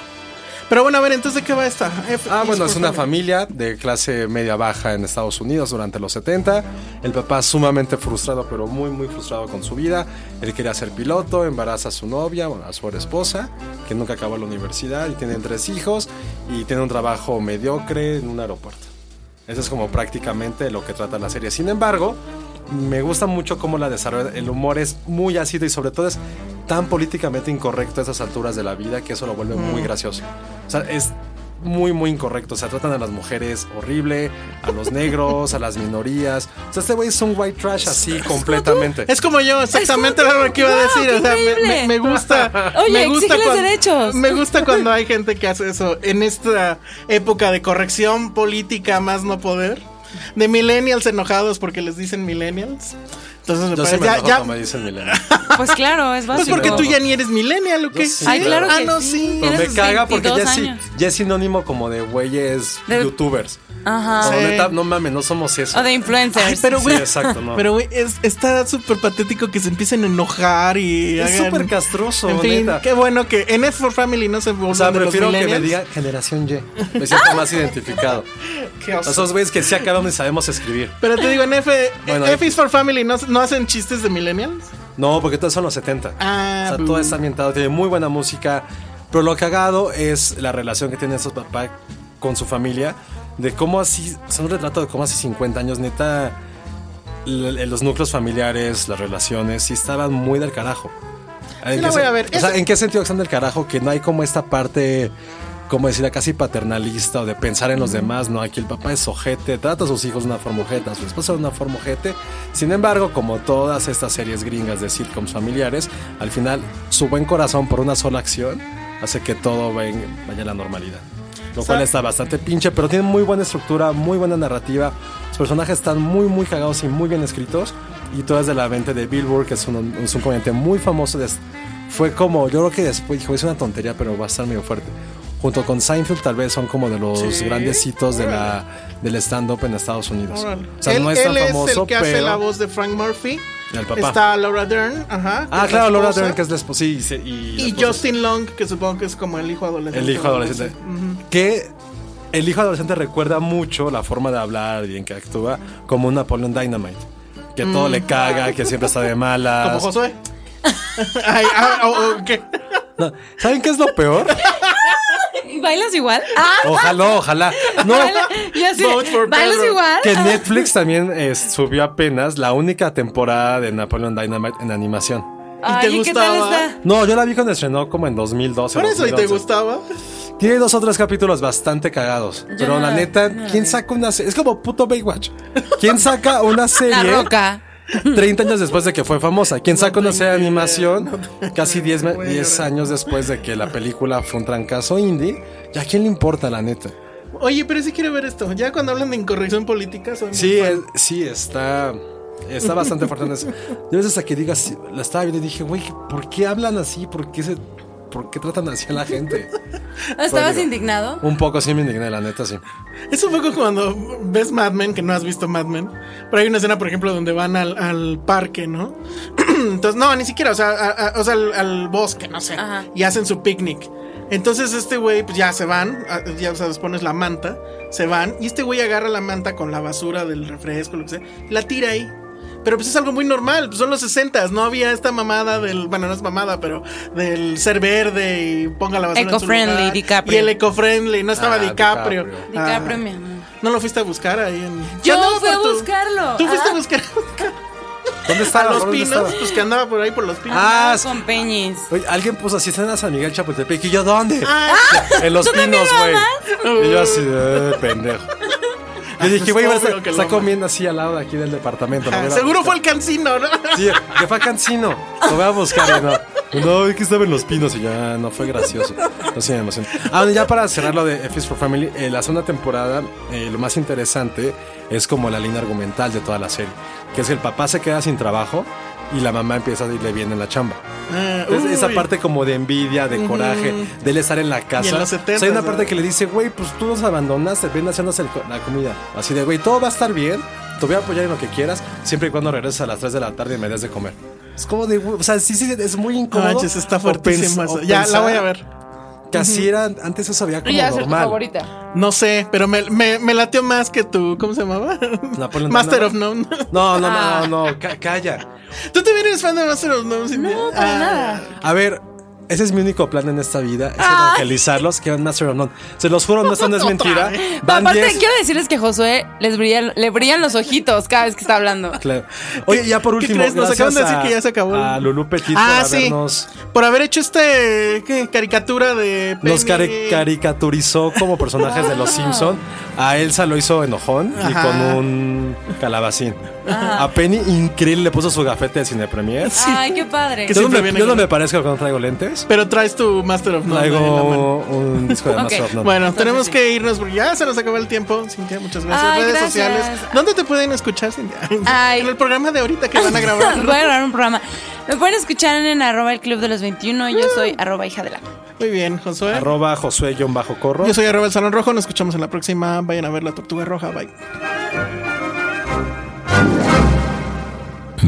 [SPEAKER 5] Pero bueno, a ver, entonces, ¿de qué va esta? F-
[SPEAKER 6] Ah, bueno,
[SPEAKER 5] por
[SPEAKER 6] es una
[SPEAKER 5] favor.
[SPEAKER 6] familia de clase media baja en Estados Unidos durante los 70. El papá sumamente frustrado, pero muy, muy frustrado con su vida. Él quería ser piloto, embaraza a su novia, bueno, a su ahora esposa, que nunca acabó la universidad y tienen tres hijos y tiene un trabajo mediocre en un aeropuerto. Eso es como prácticamente lo que trata la serie. Sin embargo, me gusta mucho cómo la desarrolla. El humor es muy ácido y sobre todo es tan políticamente incorrecto a esas alturas de la vida que eso lo vuelve muy gracioso. O sea, es muy, muy incorrecto. O sea, tratan a las mujeres horrible, a los negros, a las minorías. O sea, este güey es un white trash así completamente.
[SPEAKER 5] Es como yo, exactamente
[SPEAKER 4] como tú.
[SPEAKER 5] era lo que iba a
[SPEAKER 4] Wow,
[SPEAKER 5] decir.
[SPEAKER 4] qué
[SPEAKER 5] o sea, me-
[SPEAKER 4] increíble.
[SPEAKER 5] me, me gusta.
[SPEAKER 4] Oye,
[SPEAKER 5] me gusta
[SPEAKER 4] exígeles derechos.
[SPEAKER 5] Me gusta cuando hay gente que hace eso. En esta época de corrección política más no poder. De millennials enojados porque les dicen millennials. Entonces me
[SPEAKER 6] Yo sí
[SPEAKER 5] parece.
[SPEAKER 6] me
[SPEAKER 5] ya-
[SPEAKER 6] enojo
[SPEAKER 5] ya-
[SPEAKER 6] cuando me dicen Milena.
[SPEAKER 4] Pues claro, es
[SPEAKER 5] pues
[SPEAKER 4] básico.
[SPEAKER 5] porque
[SPEAKER 6] me
[SPEAKER 5] tú
[SPEAKER 6] enojo.
[SPEAKER 5] ya ni eres millennial, ¿o qué?
[SPEAKER 6] Yo sí,
[SPEAKER 4] Ay, claro
[SPEAKER 5] Ah,
[SPEAKER 4] que
[SPEAKER 5] no,
[SPEAKER 4] sí.
[SPEAKER 5] sí.
[SPEAKER 6] Pero me
[SPEAKER 4] Tienes
[SPEAKER 6] caga porque ya
[SPEAKER 4] 22
[SPEAKER 6] sí,
[SPEAKER 4] años.
[SPEAKER 6] ya es sinónimo como de güeyes
[SPEAKER 4] De-
[SPEAKER 6] youtubers.
[SPEAKER 4] Ajá.
[SPEAKER 6] No,
[SPEAKER 5] Sí.
[SPEAKER 6] neta, no mames, no somos eso.
[SPEAKER 4] O de influencers.
[SPEAKER 5] Ay, pero
[SPEAKER 6] Sí,
[SPEAKER 5] güey.
[SPEAKER 6] exacto, no.
[SPEAKER 5] Pero güey, es- está súper patético que se empiecen a enojar y.
[SPEAKER 6] Es
[SPEAKER 5] hagan-
[SPEAKER 6] súper castroso,
[SPEAKER 5] En fin,
[SPEAKER 6] neta.
[SPEAKER 5] qué bueno que en F for Family no se burlan
[SPEAKER 6] O sea,
[SPEAKER 5] de los
[SPEAKER 6] prefiero que me
[SPEAKER 5] millennials.
[SPEAKER 6] diga generación Y. Me siento más identificado.
[SPEAKER 5] Qué oso.
[SPEAKER 6] Esos güeyes que sí acabaron y sabemos escribir.
[SPEAKER 5] Pero te digo, en F,
[SPEAKER 6] Bueno,
[SPEAKER 5] F is for Family no, no hacen chistes de millennials.
[SPEAKER 6] No, porque todos son los 70.
[SPEAKER 5] Ah,
[SPEAKER 6] o sea,
[SPEAKER 5] bu.
[SPEAKER 6] todo está ambientado, tiene muy buena música. Pero lo cagado es la relación que tiene esos papás con su familia. De cómo así. Es un retrato de cómo hace 50 años, neta. l- Los núcleos familiares, las relaciones, sí estaban muy del carajo. ¿En,
[SPEAKER 5] la
[SPEAKER 6] qué
[SPEAKER 5] voy
[SPEAKER 6] se-
[SPEAKER 5] a ver.
[SPEAKER 6] o sea,
[SPEAKER 5] Esa-
[SPEAKER 6] ¿en qué sentido están del carajo? Que no hay como esta parte, como decirla, casi paternalista o de pensar en los demás. No, aquí el papá es ojete, trata a sus hijos de una forma ojete, a su esposa de una forma ojete. Sin embargo, como todas estas series gringas de sitcoms familiares, al final su buen corazón por una sola acción hace que todo ven- vaya a la normalidad. Lo cual está bastante pinche, pero tiene muy buena estructura, muy buena narrativa. Los personajes están muy, muy cagados y muy bien escritos. Y todo es de la mente de Bill Burr, que es un, es un comediante muy famoso de, fue como, yo creo que después dijo, es una tontería, pero va a estar medio fuerte. Junto con Seinfeld tal vez son como de los grandes hitos de la, del stand-up en Estados Unidos.
[SPEAKER 5] Órale.
[SPEAKER 6] O sea,
[SPEAKER 5] él
[SPEAKER 6] no es tan
[SPEAKER 5] él es
[SPEAKER 6] famoso,
[SPEAKER 5] el que hace
[SPEAKER 6] pero...
[SPEAKER 5] la voz de Frank Murphy.
[SPEAKER 6] Del papá.
[SPEAKER 5] Está Laura Dern, ajá. que
[SPEAKER 6] Ah,
[SPEAKER 5] es la
[SPEAKER 6] claro, Laura
[SPEAKER 5] esposa.
[SPEAKER 6] Dern, que es la esposa. Sí, sí, y, la
[SPEAKER 5] Y
[SPEAKER 6] esposa.
[SPEAKER 5] Justin Long, que supongo que es como el hijo adolescente.
[SPEAKER 6] El hijo adolescente. Que el hijo adolescente recuerda mucho la forma de hablar y en que actúa como un Napoleon Dynamite. Que todo le caga, que siempre está de malas.
[SPEAKER 5] Como Josué. Ay, ah, oh, oh, ¿qué?
[SPEAKER 6] No, ¿Saben qué es lo peor?
[SPEAKER 4] ¿Bailas igual? Ah,
[SPEAKER 6] Ojalá, ojalá. No,
[SPEAKER 4] baila- y así,
[SPEAKER 5] Vote for
[SPEAKER 4] ¿Bailas
[SPEAKER 5] Pedro.
[SPEAKER 4] igual?
[SPEAKER 6] que
[SPEAKER 4] Ah.
[SPEAKER 6] Netflix también eh, subió apenas la única temporada de Napoleon Dynamite en animación.
[SPEAKER 4] Ay,
[SPEAKER 5] te
[SPEAKER 4] ¿y ¿qué tal
[SPEAKER 5] gustaba?
[SPEAKER 4] está?
[SPEAKER 6] No, yo la vi cuando estrenó como en 2012.
[SPEAKER 5] Por eso, ¿y te
[SPEAKER 6] 2011.
[SPEAKER 5] gustaba?
[SPEAKER 6] Tiene dos o tres capítulos bastante cagados. pero
[SPEAKER 4] no
[SPEAKER 6] la
[SPEAKER 4] la-
[SPEAKER 6] neta,
[SPEAKER 4] no la
[SPEAKER 6] ¿quién
[SPEAKER 4] vi.
[SPEAKER 6] saca una serie? Es como puto Baywatch. ¿Quién saca una
[SPEAKER 4] La
[SPEAKER 6] serie
[SPEAKER 4] roca.
[SPEAKER 6] 30 años después de que fue famosa? ¿Quién saca una serie de animación casi 10, me- 10 años después de que la película fue un trancazo indie? ¿Y a quién le importa, la neta?
[SPEAKER 5] Oye, pero sí quiero ver esto. Ya cuando hablan de incorrección política, soy muy
[SPEAKER 6] Sí,
[SPEAKER 5] fan.
[SPEAKER 6] es- sí, está. Está bastante fuerte en eso. Yo a veces a que digas, la estaba viendo y dije, güey, ¿por qué hablan así? ¿Por qué, se, ¿Por qué tratan así a la gente?
[SPEAKER 4] ¿Estabas
[SPEAKER 6] digo.
[SPEAKER 4] indignado?
[SPEAKER 6] Un poco sí me indigné, la neta, sí.
[SPEAKER 5] Es un poco cuando ves Mad Men, que no has visto Mad Men. Pero hay una escena, por ejemplo, donde van al, al parque, ¿no? Entonces, no, ni siquiera, o sea, a- a- o sea al, al bosque, no sé.
[SPEAKER 4] Ajá.
[SPEAKER 5] Y hacen su picnic. Entonces, este güey, pues ya se van, a- ya o sea, les pones la manta, se van. Y este güey agarra la manta con la basura del refresco, lo que sea, y la tira ahí. Pero pues es algo muy normal, pues, son los 60 no había esta mamada del, bueno, no es mamada, pero del ser verde y ponga la basura en su
[SPEAKER 4] Eco-friendly,
[SPEAKER 5] lugar.
[SPEAKER 4] DiCaprio.
[SPEAKER 5] Y el eco-friendly, no estaba
[SPEAKER 6] Ah,
[SPEAKER 5] DiCaprio.
[SPEAKER 6] DiCaprio.
[SPEAKER 5] Ah.
[SPEAKER 4] DiCaprio, mi amor.
[SPEAKER 5] No lo fuiste a buscar ahí en.
[SPEAKER 4] Yo
[SPEAKER 5] Ya andaba
[SPEAKER 4] fui
[SPEAKER 5] por
[SPEAKER 4] a
[SPEAKER 5] tu-
[SPEAKER 4] buscarlo.
[SPEAKER 5] Tú fuiste
[SPEAKER 4] Ah.
[SPEAKER 5] a buscar
[SPEAKER 6] ¿Dónde está
[SPEAKER 5] a los
[SPEAKER 6] ¿Dónde
[SPEAKER 5] pinos,
[SPEAKER 6] estaba?
[SPEAKER 5] pues que andaba por ahí por los pinos.
[SPEAKER 6] Ah, sí.
[SPEAKER 4] Con Peñis.
[SPEAKER 6] Oye, alguien puso así escena San Miguel Chapultepec y yo, ¿dónde?
[SPEAKER 5] Ah,
[SPEAKER 6] en los
[SPEAKER 4] ¿tú también
[SPEAKER 6] pinos,
[SPEAKER 4] lo
[SPEAKER 6] güey. Y yo así, de "Eh, pendejo. Yo dije,
[SPEAKER 5] pues,
[SPEAKER 6] güey,
[SPEAKER 5] obvio
[SPEAKER 6] está,
[SPEAKER 5] que lo
[SPEAKER 6] está
[SPEAKER 5] ama.
[SPEAKER 6] comiendo así al lado de aquí del departamento. lo voy a
[SPEAKER 5] seguro fue
[SPEAKER 6] buscar.
[SPEAKER 5] el cancino, ¿no?
[SPEAKER 6] Sí, que fue a Cancino. Lo voy a buscar y no. No, es que estaba en los pinos y ya no fue gracioso. No sé, me emocioné. Ah, bueno, ya para cerrar lo de F is for Family, eh, la segunda temporada, eh, lo más interesante es como la línea argumental de toda la serie, que es que el papá se queda sin trabajo y la mamá empieza a irle bien en la chamba.
[SPEAKER 5] Ah,
[SPEAKER 6] Entonces, esa
[SPEAKER 5] uy.
[SPEAKER 6] parte como de envidia, de coraje, de él estar en la casa.
[SPEAKER 5] Y en los 70s,
[SPEAKER 6] O sea, hay una parte
[SPEAKER 5] ¿verdad?
[SPEAKER 6] que le dice, güey, pues tú nos abandonaste, ven haciéndose el co- la comida. Así de, güey, todo va a estar bien, te voy a apoyar en lo que quieras, siempre y cuando regreses a las 3 de la tarde y me des de comer. Es como de, güey, o sea, sí, sí, es muy
[SPEAKER 5] No
[SPEAKER 6] incómodo.
[SPEAKER 5] manches, está
[SPEAKER 6] o pens-
[SPEAKER 5] fuertísima. esa.
[SPEAKER 6] o
[SPEAKER 5] Ya la
[SPEAKER 6] pensar
[SPEAKER 5] voy a ver.
[SPEAKER 6] Que así era, antes eso había como
[SPEAKER 4] Ya, ser tu
[SPEAKER 6] normal.
[SPEAKER 4] favorita.
[SPEAKER 5] No sé, pero me, me, me latió más que tu. ¿Cómo se llamaba?
[SPEAKER 6] Napoleon
[SPEAKER 5] Master
[SPEAKER 6] Dynamite.
[SPEAKER 5] of None.
[SPEAKER 6] No, no,
[SPEAKER 4] Ah.
[SPEAKER 6] no, no, ca- calla.
[SPEAKER 5] ¿Tú también eres fan de Master of None? Cintia?
[SPEAKER 4] No, para
[SPEAKER 5] Ah,
[SPEAKER 4] nada.
[SPEAKER 6] A ver, ese es mi único plan en esta vida, es evangelizarlos, que van Master of None. Se los juro, no, esto no es mentira. Van
[SPEAKER 4] Aparte,
[SPEAKER 6] 10.
[SPEAKER 4] quiero decirles que Josué les brillan, le brillan los ojitos cada vez que está hablando.
[SPEAKER 6] Claro. Oye, ya por
[SPEAKER 5] ¿Qué
[SPEAKER 6] último,
[SPEAKER 5] crees? Nos acaban de
[SPEAKER 6] gracias
[SPEAKER 5] decir que ya se acabó el-
[SPEAKER 6] A Lulú Petit
[SPEAKER 5] Ah,
[SPEAKER 6] por
[SPEAKER 5] sí.
[SPEAKER 6] habernos
[SPEAKER 5] Por haber hecho este. ¿qué? Caricatura de.
[SPEAKER 6] nos
[SPEAKER 5] Penny.
[SPEAKER 6] cari- caricaturizó como personajes de los Simpson. A Elsa lo hizo enojón y
[SPEAKER 5] Ah. Ajá. Ah.
[SPEAKER 6] con un calabacín. A Penny increíble le puso su gafete de cine premier.
[SPEAKER 4] Ay, qué padre.
[SPEAKER 5] Que
[SPEAKER 6] Yo, no
[SPEAKER 5] siempre
[SPEAKER 6] me,
[SPEAKER 5] viene
[SPEAKER 6] yo no
[SPEAKER 5] con-
[SPEAKER 6] me parezco cuando traigo lentes.
[SPEAKER 5] Pero traes tu Master of None. ahí en la mano.
[SPEAKER 6] Traigo un disco de
[SPEAKER 4] Ok.
[SPEAKER 6] Master of None.
[SPEAKER 5] Bueno,
[SPEAKER 4] Entonces,
[SPEAKER 5] tenemos
[SPEAKER 4] sí.
[SPEAKER 5] que irnos porque ya se nos acabó el tiempo. Cintia, muchas gracias.
[SPEAKER 4] Ay,
[SPEAKER 5] Redes
[SPEAKER 4] gracias.
[SPEAKER 5] sociales. ¿Dónde te pueden escuchar, Cintia?
[SPEAKER 4] Ay.
[SPEAKER 5] En el programa de ahorita que van a grabar.
[SPEAKER 4] Voy a grabar un programa. Me pueden escuchar en arroba el club de los 21. Yo soy arroba hija de la.
[SPEAKER 5] Muy bien, Josué.
[SPEAKER 6] Arroba Josué-Corro.
[SPEAKER 5] Yo soy arroba el Salón Rojo. Nos escuchamos en la próxima. Vayan a ver la Tortuga Roja. Bye.